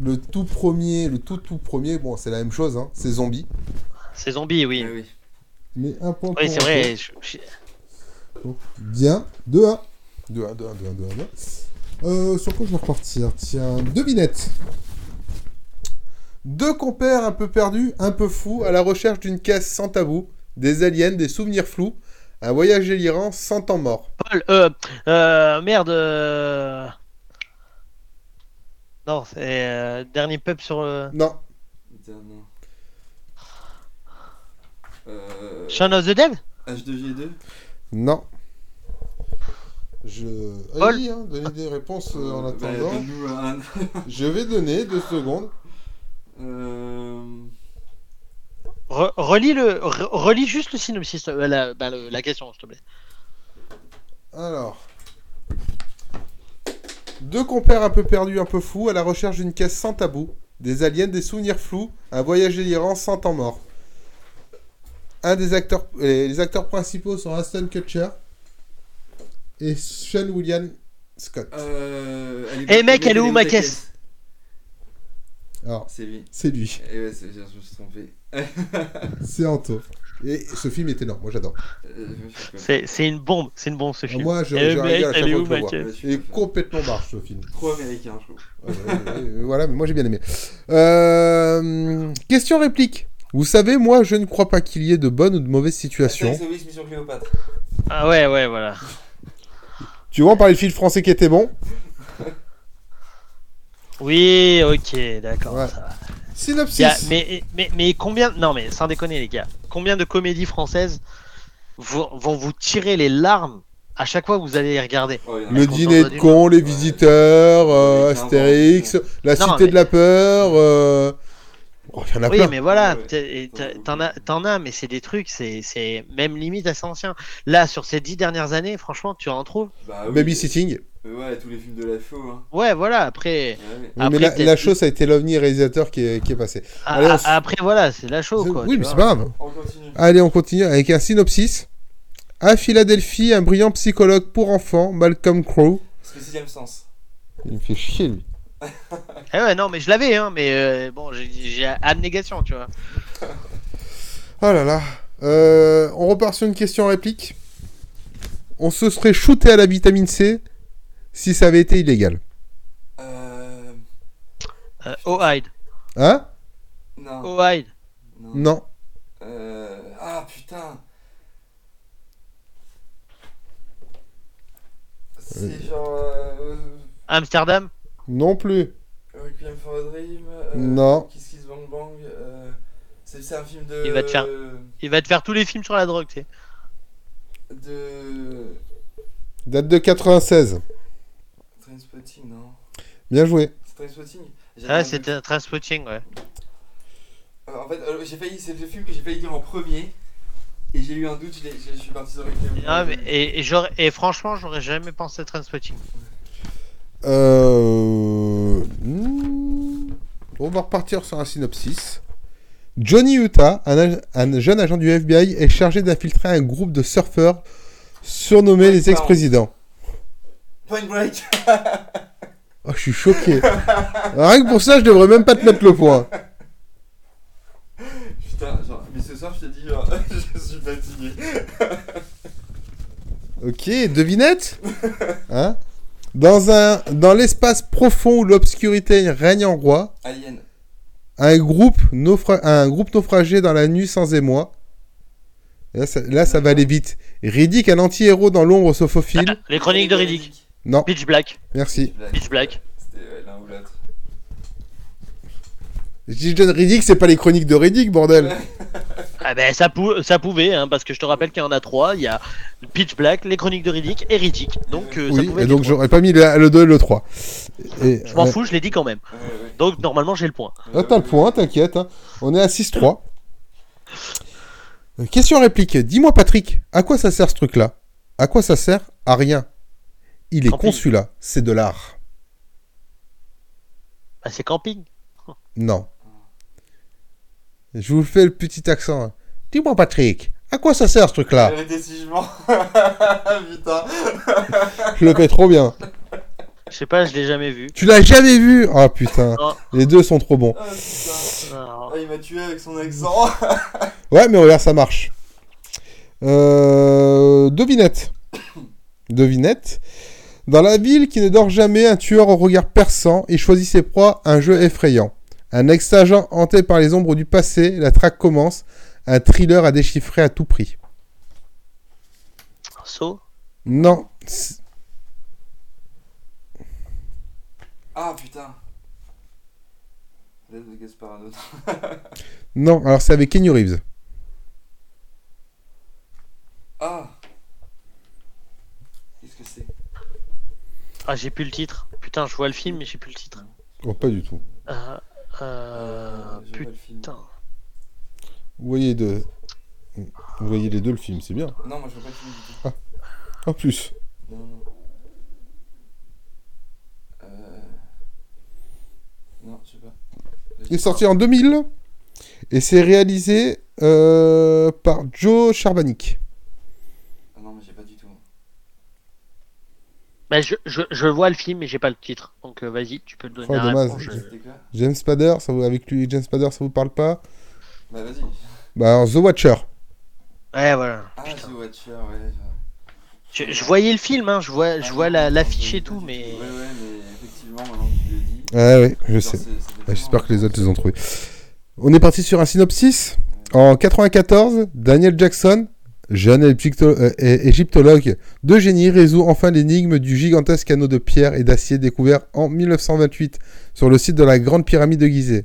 [SPEAKER 1] le tout premier, le tout tout premier. Bon, c'est la même chose, hein, c'est zombie.
[SPEAKER 3] C'est zombie, oui.
[SPEAKER 2] Ah oui.
[SPEAKER 1] Mais un point
[SPEAKER 3] Oui,
[SPEAKER 1] pour
[SPEAKER 3] c'est vrai. je- je-
[SPEAKER 1] Anto. Bien, 2-1. 2-1, 2-1, 2-1, 2-1. Euh, sur quoi je vais repartir Tiens, devinette. Deux compères un peu perdus, un peu fous, à la recherche d'une caisse sans tabou, des aliens, des souvenirs flous, un voyage délirant sans temps mort.
[SPEAKER 3] Paul, euh, euh, merde. euh, Non, c'est euh, dernier pub sur euh, le.
[SPEAKER 1] Non,
[SPEAKER 2] Putain, non. Euh...
[SPEAKER 3] Shaun of the Dead
[SPEAKER 2] H2G2
[SPEAKER 1] Non. Je.
[SPEAKER 3] Paul
[SPEAKER 1] Allez-y, hein, donnez des réponses euh, en
[SPEAKER 2] Euh, bah,
[SPEAKER 1] attendant.
[SPEAKER 2] donne-nous un-
[SPEAKER 1] Je vais donner deux secondes.
[SPEAKER 2] Euh...
[SPEAKER 3] Re- relis le, re- relis juste le synopsis, euh, la, bah, le- la question, s'il te plaît.
[SPEAKER 1] Alors. Deux compères un peu perdus, un peu fous, à la recherche d'une caisse sans tabou, des aliens, des souvenirs flous, un voyage délirant sans temps mort. Un des acteurs, les les acteurs principaux sont Aston Kutcher et Sean William Scott.
[SPEAKER 2] Euh... elle est-
[SPEAKER 3] Eh, mec, elle est où, ma caisse
[SPEAKER 1] Alors,
[SPEAKER 2] C'est lui.
[SPEAKER 1] c'est lui,
[SPEAKER 2] Eh ouais, c'est- je me suis trompé.
[SPEAKER 1] c'est Anto. Et ce film est énorme, moi j'adore.
[SPEAKER 2] Euh, je suis con.
[SPEAKER 3] C'est c'est une bombe, c'est une bombe ce film.
[SPEAKER 1] Ah, Moi, je,
[SPEAKER 3] Eh,
[SPEAKER 1] je
[SPEAKER 3] mec,
[SPEAKER 1] rigole à chaque
[SPEAKER 3] elle est
[SPEAKER 1] fois
[SPEAKER 3] où,
[SPEAKER 1] que je le
[SPEAKER 3] ma
[SPEAKER 1] vois.
[SPEAKER 3] caisse
[SPEAKER 2] Ouais, je suis
[SPEAKER 1] Il est
[SPEAKER 2] pas fan.
[SPEAKER 1] complètement barge ce film.
[SPEAKER 2] Trop américain, je trouve.
[SPEAKER 1] Euh, euh, voilà, mais moi j'ai bien aimé. Euh, question réplique. Vous savez, moi je ne crois pas qu'il y ait de bonnes ou de mauvaises situations.
[SPEAKER 2] Astérix, Obélix, Mission Cléopâtre.
[SPEAKER 3] Ah ouais, ouais, voilà.
[SPEAKER 1] Tu vois, on parlait de film français qui était bon.
[SPEAKER 3] Oui, ok, d'accord.
[SPEAKER 1] Ouais.
[SPEAKER 3] ça va. Y a-
[SPEAKER 1] Synopsis.
[SPEAKER 3] mais, mais, mais combien. Non, mais sans déconner, les gars. Combien de comédies françaises vont, vont vous tirer les larmes à chaque fois que vous allez les regarder
[SPEAKER 2] Oh, il y en a
[SPEAKER 1] Le
[SPEAKER 2] un.
[SPEAKER 3] qu'on
[SPEAKER 1] dîner
[SPEAKER 3] en a
[SPEAKER 1] de
[SPEAKER 3] du
[SPEAKER 1] cons, les
[SPEAKER 2] Ouais.
[SPEAKER 1] visiteurs, euh,
[SPEAKER 2] Ouais, c'est un
[SPEAKER 1] Astérix,
[SPEAKER 2] bon.
[SPEAKER 1] la
[SPEAKER 3] Non,
[SPEAKER 1] cité
[SPEAKER 3] mais-
[SPEAKER 1] de la peur. euh, oh, Il y en a
[SPEAKER 3] Oui,
[SPEAKER 1] plein.
[SPEAKER 3] mais voilà,
[SPEAKER 2] Ouais, ouais.
[SPEAKER 3] t'es- t'as- t'en as, t'en as, mais c'est des trucs, c'est- c'est même limite assez ancien. Là, sur ces dix dernières années, franchement, tu en trouves
[SPEAKER 2] Bah oui.
[SPEAKER 1] Babysitting.
[SPEAKER 2] Euh, ouais, tous les films de la FO. Hein. Ah
[SPEAKER 3] Ouais, voilà, après.
[SPEAKER 2] Ouais.
[SPEAKER 1] Oui, mais
[SPEAKER 3] Après,
[SPEAKER 1] la,
[SPEAKER 3] peut-être-
[SPEAKER 1] la chose, ça a été l'ovni réalisateur qui est, qui est passé.
[SPEAKER 3] a-
[SPEAKER 1] Allez, on
[SPEAKER 3] a-
[SPEAKER 1] s-
[SPEAKER 3] après, voilà, c'est de la show, Oh, quoi.
[SPEAKER 1] oui,
[SPEAKER 3] tu
[SPEAKER 1] mais
[SPEAKER 3] vois.
[SPEAKER 1] Ah, c'est pas grave.
[SPEAKER 2] On continue.
[SPEAKER 1] Allez, on continue avec un synopsis. À Philadelphie, un brillant psychologue pour enfants, Malcolm Crowe.
[SPEAKER 2] C'est le sixième sens.
[SPEAKER 1] Il me fait chier, lui.
[SPEAKER 3] Eh ouais, non, mais je l'avais, hein, mais euh, bon, j'ai- j'ai abnégation, tu vois.
[SPEAKER 1] Oh là là. Euh, on repart sur une question en réplique. On se serait shooté à la vitamine C si ça avait été illégal
[SPEAKER 2] Euh,
[SPEAKER 3] Euh, Ohyde.
[SPEAKER 1] Hein
[SPEAKER 2] non.
[SPEAKER 3] Ohyde.
[SPEAKER 2] non.
[SPEAKER 1] Non.
[SPEAKER 2] Euh, ah putain. C'est
[SPEAKER 1] Oui.
[SPEAKER 2] genre. Euh,
[SPEAKER 3] Amsterdam.
[SPEAKER 1] Non plus.
[SPEAKER 2] euh, Requiem for a Dream. euh,
[SPEAKER 1] Non.
[SPEAKER 2] Kiss Kiss Bang Bang. euh, c'est c'est un film de.
[SPEAKER 3] Il va te faire- Il va te faire tous les films sur la drogue, tu sais.
[SPEAKER 2] De.
[SPEAKER 1] Date de 96.
[SPEAKER 2] Trainspotting, non
[SPEAKER 1] Bien joué.
[SPEAKER 2] C'est Trainspotting J'avais un
[SPEAKER 3] Ah,
[SPEAKER 2] doute.
[SPEAKER 3] c'était un Trainspotting, ouais.
[SPEAKER 2] Euh, en fait, euh, j'ai failli, c'est le film que j'ai failli dire en premier. Et j'ai eu un doute, je, l'ai- je- je suis parti sur Requiem for a
[SPEAKER 3] Ah, mais-
[SPEAKER 2] Dream.
[SPEAKER 3] et, et j'aurais- et franchement, j'aurais jamais pensé à Trainspotting.
[SPEAKER 1] Euh... hmm, On va repartir sur un synopsis. Johnny Utah, un, ag- un jeune agent du FBI, est chargé d'infiltrer un groupe de surfeurs surnommés les ex-présidents.
[SPEAKER 2] Point Break
[SPEAKER 1] Oh, je suis choqué. Ah, Rien que pour ça, je devrais même pas te mettre le point.
[SPEAKER 2] Putain, genre, mais ce soir, je t'ai dit, genre, je suis fatigué.
[SPEAKER 1] Ok, devinette Hein Dans, un, dans l'espace profond où l'obscurité règne en roi,
[SPEAKER 2] Alien.
[SPEAKER 1] un groupe, naufra- un groupe naufragé dans la nuit sans émoi. Là, ça, là, ça va aller vite. Riddick, un anti-héros dans l'ombre sophophile.
[SPEAKER 3] Ah, Les chroniques de Riddick.
[SPEAKER 1] Non,
[SPEAKER 3] Pitch Black.
[SPEAKER 1] merci.
[SPEAKER 3] Pitch Black.
[SPEAKER 2] C'était ouais, l'un ou l'autre.
[SPEAKER 1] Si je donne Riddick, c'est pas les chroniques de Riddick, bordel.
[SPEAKER 3] Ah ben ça, pou- ça pouvait, hein, parce que je te rappelle qu'il y en a trois. Il y a Pitch Black, les chroniques de Riddick et Riddick. Donc euh, ça
[SPEAKER 1] Oui,
[SPEAKER 3] pouvait.
[SPEAKER 1] et
[SPEAKER 3] être
[SPEAKER 1] donc
[SPEAKER 3] les trois.
[SPEAKER 1] j'aurais pas mis le, 2 et le 3. Et,
[SPEAKER 3] je m'en
[SPEAKER 1] ouais.
[SPEAKER 3] fous, je l'ai dit quand même.
[SPEAKER 2] Ouais, ouais.
[SPEAKER 3] Donc normalement j'ai le point.
[SPEAKER 1] Ah, t'as le point, t'inquiète. hein. On est à 6-3. Euh, Question réplique. Dis-moi, Patrick, à quoi ça sert ce truc-là À quoi ça sert À rien. Il est
[SPEAKER 3] Tant pis.
[SPEAKER 1] consulat, c'est de l'art.
[SPEAKER 3] Bah, c'est camping.
[SPEAKER 1] Non. Je vous fais le petit accent. hein. Dis-moi, Patrick, à quoi ça sert ce truc-là
[SPEAKER 2] Vérité si je mens. Putain.
[SPEAKER 1] Je le fais trop bien.
[SPEAKER 3] Je sais pas, je l'ai jamais vu.
[SPEAKER 1] Tu l'as jamais vu Ah putain,
[SPEAKER 3] Non.
[SPEAKER 1] les deux sont trop bons.
[SPEAKER 2] Ah, putain.
[SPEAKER 3] Alors,
[SPEAKER 2] Ah, il m'a tué avec son accent.
[SPEAKER 1] Ouais, mais regarde, ça marche. Euh, devinette. Devinette. Dans la ville qui ne dort jamais, un tueur au regard perçant et choisit ses proies, un jeu effrayant. Un ex-agent hanté par les ombres du passé, la traque commence. Un thriller à déchiffrer à tout prix.
[SPEAKER 3] So,
[SPEAKER 1] Non, c-
[SPEAKER 2] Ah, putain. Peut-être de Gaspard un autre.
[SPEAKER 1] non, alors c'est avec Kenny Reeves.
[SPEAKER 2] Ah. Qu'est-ce que c'est
[SPEAKER 3] ah j'ai plus le titre. Putain, je vois le film mais j'ai plus le titre.
[SPEAKER 1] Oh, pas du tout.
[SPEAKER 3] Euh, euh,
[SPEAKER 2] je vois le film.
[SPEAKER 3] putain.
[SPEAKER 1] Vous voyez, deux... Vous voyez les deux le film, c'est bien.
[SPEAKER 2] Non, moi je veux pas le film du tout.
[SPEAKER 1] En plus.
[SPEAKER 2] Non, non. Euh... Non, je sais pas.
[SPEAKER 1] Il est sorti en 2000 et c'est réalisé euh, par Joe Charbanik.
[SPEAKER 2] Ah non, mais j'ai pas du tout.
[SPEAKER 3] Bah, je, je, je vois le film mais j'ai pas le titre. Donc euh, vas-y, tu peux le donner.
[SPEAKER 1] Oh,
[SPEAKER 3] à
[SPEAKER 1] dommage.
[SPEAKER 3] Raymond, je-
[SPEAKER 2] C'était quoi
[SPEAKER 1] James Spader, ça vous, avec lui, James Spader, ça vous parle pas
[SPEAKER 2] Bah vas-y.
[SPEAKER 1] Bah, alors, The Watcher.
[SPEAKER 3] Ouais voilà.
[SPEAKER 2] Ah,
[SPEAKER 3] Putain.
[SPEAKER 2] The Watcher, ouais.
[SPEAKER 3] Je, je voyais le film, hein, je vois, je vois la- l'affiche
[SPEAKER 2] fiche
[SPEAKER 3] et tout, mais
[SPEAKER 2] Ouais, ouais, mais effectivement, maintenant que tu le dis.
[SPEAKER 1] Ah oui, je
[SPEAKER 2] genre,
[SPEAKER 1] sais.
[SPEAKER 2] c'est- c'est
[SPEAKER 1] Bah, J'espère
[SPEAKER 2] vraiment-
[SPEAKER 1] que les autres les ont trouvés. On est parti sur un synopsis. En 94, Daniel Jackson, jeune égypto- euh, é- égyptologue de génie, résout enfin l'énigme du gigantesque anneau de pierre et d'acier découvert en 1928 sur le site de la Grande Pyramide de Gizeh.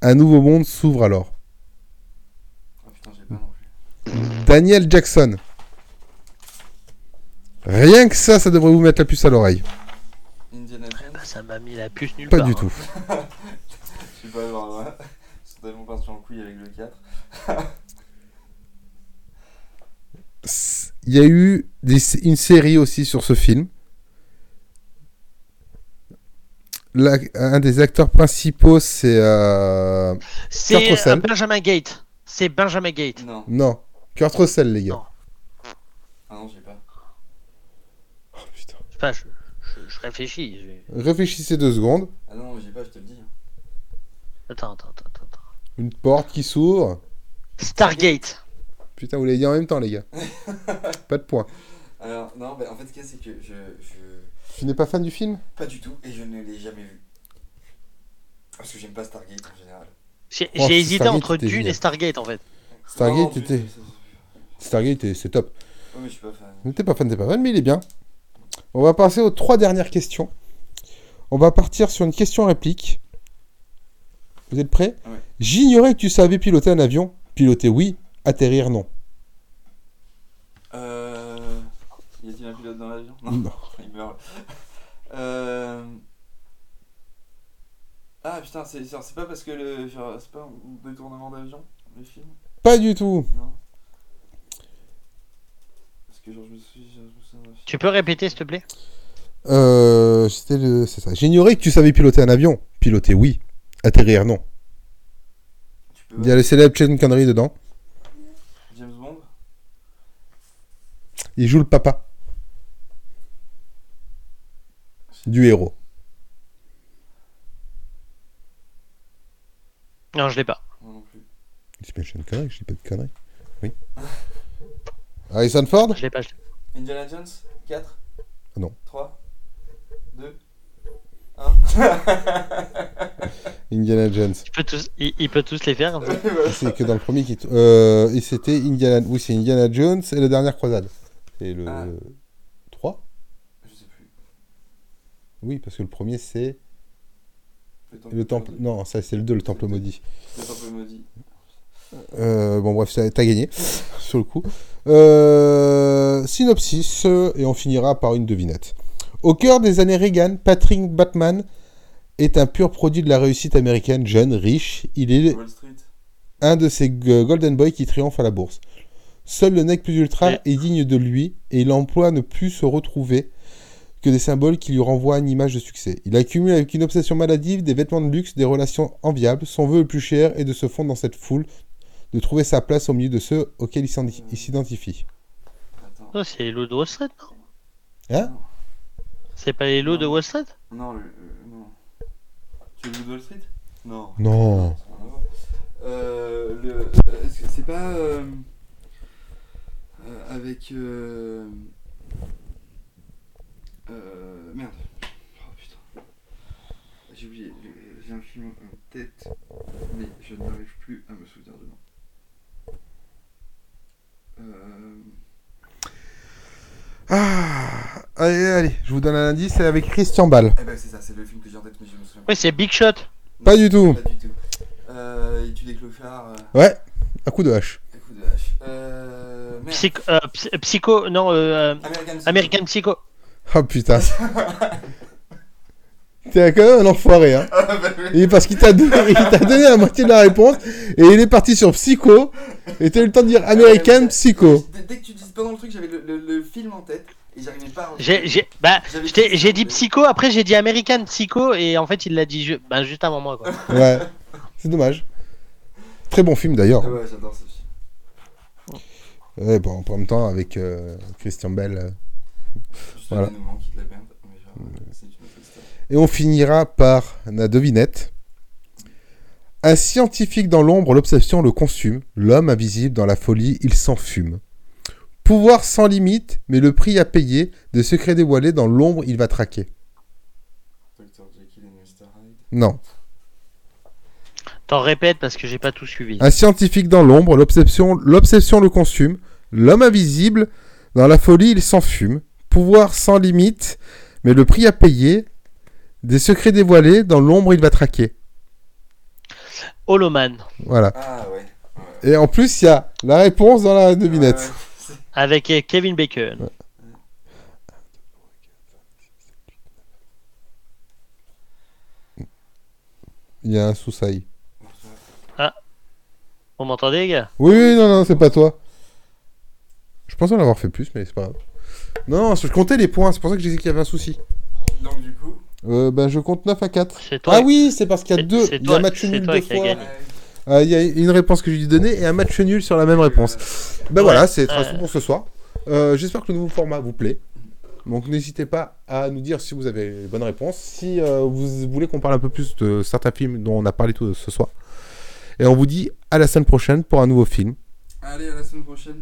[SPEAKER 1] Un nouveau monde s'ouvre alors.
[SPEAKER 2] Ah putain, j'ai pas non plus.
[SPEAKER 1] Daniel Jackson. Rien que ça, ça devrait vous mettre la puce à l'oreille.
[SPEAKER 2] Indiana Jones
[SPEAKER 3] bah, ça m'a mis la puce nulle
[SPEAKER 1] Pas
[SPEAKER 3] part.
[SPEAKER 1] du
[SPEAKER 3] hein.
[SPEAKER 1] tout.
[SPEAKER 2] Je suis pas genre. ouais. Ils sont tellement partis en couille avec le 4.
[SPEAKER 1] s- il y a eu des- une série aussi sur ce film. La- un des acteurs principaux, c'est. euh, Kurt
[SPEAKER 3] C'est euh,
[SPEAKER 1] Russell.
[SPEAKER 3] Benjamin Gate. C'est Benjamin Gate.
[SPEAKER 2] Non,
[SPEAKER 1] non, Kurt Russell, les gars.
[SPEAKER 3] Non.
[SPEAKER 2] ah non, j'ai pas.
[SPEAKER 1] Oh, putain.
[SPEAKER 3] Enfin, je, je- je réfléchis. je-
[SPEAKER 1] Réfléchissez deux secondes.
[SPEAKER 2] Ah non, mais j'ai pas, je te le dis.
[SPEAKER 3] Attends, attends, attends, attends, attends.
[SPEAKER 1] Une porte qui s'ouvre.
[SPEAKER 3] Stargate.
[SPEAKER 1] Putain, vous l'avez dit en même temps, les gars. Pas de point.
[SPEAKER 2] Alors, non, mais en fait, ce qu'il y a, c'est que je, je,
[SPEAKER 1] Tu n'es pas fan du film
[SPEAKER 2] Pas du tout, et je ne l'ai jamais vu. Parce que j'aime pas Stargate en général.
[SPEAKER 3] J'ai
[SPEAKER 1] Oh,
[SPEAKER 3] j'ai hésité
[SPEAKER 1] Stargate,
[SPEAKER 3] entre
[SPEAKER 1] c'était
[SPEAKER 3] Dune
[SPEAKER 1] génial.
[SPEAKER 3] et Stargate en fait.
[SPEAKER 1] Stargate,
[SPEAKER 2] Non, en plus,
[SPEAKER 1] t'étais-
[SPEAKER 2] ça-
[SPEAKER 1] Stargate, et c'est top.
[SPEAKER 2] Ouais, mais je suis pas fan.
[SPEAKER 1] T'es pas fan, t'es pas fan, mais il est bien. On va passer aux trois dernières questions. On va partir sur une question réplique. Vous êtes prêts
[SPEAKER 2] Ah Ouais.
[SPEAKER 1] J'ignorais que tu savais piloter un avion. Piloter, oui. Atterrir, non.
[SPEAKER 2] Euh... Y a-t-il un pilote dans l'avion Non,
[SPEAKER 1] Non.
[SPEAKER 2] il meurt. Euh... Ah putain, c'est c'est pas parce que le. genre, C'est pas un détournement d'avion, le film
[SPEAKER 1] Pas du tout.
[SPEAKER 2] Non. Parce que genre, je me suis. Je me souviens d'un film.
[SPEAKER 3] Tu peux répéter s'il te plaît
[SPEAKER 1] Euh, c'était le- C'est ça. J'ignorais que tu savais piloter un avion. Piloter, oui. Atterrir, non.
[SPEAKER 2] Tu
[SPEAKER 1] Il y a
[SPEAKER 2] peux.
[SPEAKER 1] le célèbre Chen Connery dedans.
[SPEAKER 2] James Bond
[SPEAKER 1] Il joue le papa. Du héros.
[SPEAKER 3] Non, je l'ai pas.
[SPEAKER 2] Non, non plus.
[SPEAKER 1] C'est bien Sean Connery, je dis pas de conneries. Oui. Harrison Ford
[SPEAKER 3] Je l'ai pas. je l'ai pas.
[SPEAKER 2] Indiana Jones 4
[SPEAKER 1] Ah non.
[SPEAKER 2] 3 2
[SPEAKER 1] Indiana Jones.
[SPEAKER 3] Il peut tous, il, il peut tous les faire. comme ça.
[SPEAKER 1] C'est que dans le premier qui. t- Euh, et c'était Indiana. Oui, c'est Indiana Jones et la dernière croisade. C'est le.
[SPEAKER 2] Ah.
[SPEAKER 1] 3
[SPEAKER 2] Je sais plus.
[SPEAKER 1] Oui, parce que le premier c'est.
[SPEAKER 2] temple,
[SPEAKER 1] Le temple.
[SPEAKER 2] maudit.
[SPEAKER 1] Non, ça c'est le 2, le temple maudit.
[SPEAKER 2] Le temple maudit.
[SPEAKER 1] Euh, bon, bref, ça- t'as gagné. sur le coup. Euh, synopsis, euh, et on finira par une devinette. Au cœur des années Reagan, Patrick Batman est un pur produit de la réussite américaine, jeune, riche. Il est
[SPEAKER 2] Wall Street.
[SPEAKER 1] un de ces g- Golden Boys qui triomphe à la bourse. Seul le nec plus ultra
[SPEAKER 3] Ouais.
[SPEAKER 1] est digne de lui et il emploie à ne plus se retrouver que des symboles qui lui renvoient une image de succès. Il accumule avec une obsession maladive des vêtements de luxe, des relations enviables. Son vœu le plus cher est de se fondre dans cette foule, de trouver sa place au milieu de ceux auxquels il s'en- il s'identifie.
[SPEAKER 2] Attends.
[SPEAKER 3] Non, Oh, c'est les lots de Wall Street, non
[SPEAKER 1] Hein
[SPEAKER 3] C'est pas les lots de Wall Street
[SPEAKER 2] Non, le, le- non. Tu veux le Wall Street Non.
[SPEAKER 1] Non.
[SPEAKER 2] Ça n'a rien à voir. Euh, le, euh, est-ce que c'est pas euh, euh, avec euh, euh, merde. Oh putain. J'ai oublié. j'ai- J'ai un film en tête, mais je n'arrive plus à me souvenir de nom. Euh,
[SPEAKER 1] Ah Allez, allez, je vous donne un indice, c'est avec Christian Ball.
[SPEAKER 2] eh ben c'est ça, c'est le film que j'ai en tête, mais je me souviens
[SPEAKER 3] Oui, c'est Big Shot.
[SPEAKER 1] Pas du tout.
[SPEAKER 2] Pas du tout. Euh, il tue des clochards. euh,
[SPEAKER 1] Ouais, un coup de hache.
[SPEAKER 2] un coup de hache. Euh, merde.
[SPEAKER 3] Psycho, euh, psy- psycho non, euh, euh,
[SPEAKER 2] American Psycho.
[SPEAKER 3] American Psycho.
[SPEAKER 1] Ah putain. T'es quand même un enfoiré, hein.
[SPEAKER 2] Ah, bah oui.
[SPEAKER 1] Et parce qu'il t'a donné, il t'a donné la moitié de la réponse et il est parti sur Psycho. Et t'as eu le temps de dire American Psycho.
[SPEAKER 2] Dès, dès que tu disais pas dans le truc, j'avais le, le- le film en tête et j'arrivais pas à.
[SPEAKER 3] J'ai, j'ai, bah,
[SPEAKER 2] J'avais
[SPEAKER 3] je t'ai-
[SPEAKER 2] dit-
[SPEAKER 3] j'ai dit psycho, après j'ai dit American Psycho, et en fait il l'a dit ju- ben, juste avant moi. Quoi.
[SPEAKER 1] Ouais, c'est dommage. Très bon film d'ailleurs.
[SPEAKER 2] Ah ouais, j'adore ce film.
[SPEAKER 1] Ouais, bon, en même temps avec euh, Christian Bell. euh.
[SPEAKER 2] Juste
[SPEAKER 1] Voilà.
[SPEAKER 2] le dénouement qui te la merde. Mais genre, c'est une autre histoire.
[SPEAKER 1] Et on finira par la devinette. Un scientifique dans l'ombre, l'obsession le consume. L'homme invisible dans la folie, il s'enfume. Pouvoir sans limite, mais le prix à payer, des secrets dévoilés dans l'ombre, il va traquer.
[SPEAKER 2] Dr. Jekyll et Mr. Hyde.
[SPEAKER 1] Non.
[SPEAKER 3] T'en répètes parce que j'ai pas tout suivi.
[SPEAKER 1] Un scientifique dans l'ombre, l'obsession, l'obsession le consume, l'homme invisible, dans la folie il s'enfume, pouvoir sans limite, mais le prix à payer, des secrets dévoilés, dans l'ombre il va traquer.
[SPEAKER 3] Holoman,
[SPEAKER 1] Voilà.
[SPEAKER 2] Ah ouais. Ah
[SPEAKER 1] Et en plus, il y a la réponse dans la devinette.
[SPEAKER 2] Ouais, ouais. C'est-
[SPEAKER 3] avec euh, Kevin Bacon.
[SPEAKER 1] Il y a un soussaï.
[SPEAKER 3] Vous m'entendez, les gars
[SPEAKER 1] Oui, oui, non, non, c'est pas toi. Je pense en avoir fait plus, mais c'est pas grave. Non, non, je comptais les points, c'est pour ça que j'ai dit qu'il y avait un souci.
[SPEAKER 2] Donc du coup.
[SPEAKER 1] Euh, ben, je compte 9 à 4.
[SPEAKER 3] C'est toi.
[SPEAKER 1] Ah oui, c'est parce qu'il y a
[SPEAKER 3] C'est-
[SPEAKER 1] deux.
[SPEAKER 3] c'est
[SPEAKER 1] Il y a
[SPEAKER 3] toi-
[SPEAKER 1] match
[SPEAKER 3] c'est
[SPEAKER 1] nul
[SPEAKER 3] toi
[SPEAKER 1] deux
[SPEAKER 3] qui as
[SPEAKER 1] fois.
[SPEAKER 3] gagné.
[SPEAKER 2] ouais.
[SPEAKER 1] Euh, Il y a une réponse que j'ai dû donner et un match nul sur la même réponse.
[SPEAKER 2] euh,
[SPEAKER 1] Ben
[SPEAKER 3] Ouais,
[SPEAKER 1] voilà, c'est très
[SPEAKER 3] euh.
[SPEAKER 1] tout pour ce soir. Euh, J'espère que le nouveau format vous plaît. Donc n'hésitez pas à nous dire si vous avez les bonnes réponses, si euh, vous voulez qu'on parle un peu plus de certains films dont on a parlé tout ce soir. Et on vous dit à la semaine prochaine pour un nouveau film.
[SPEAKER 2] Allez, à la semaine prochaine.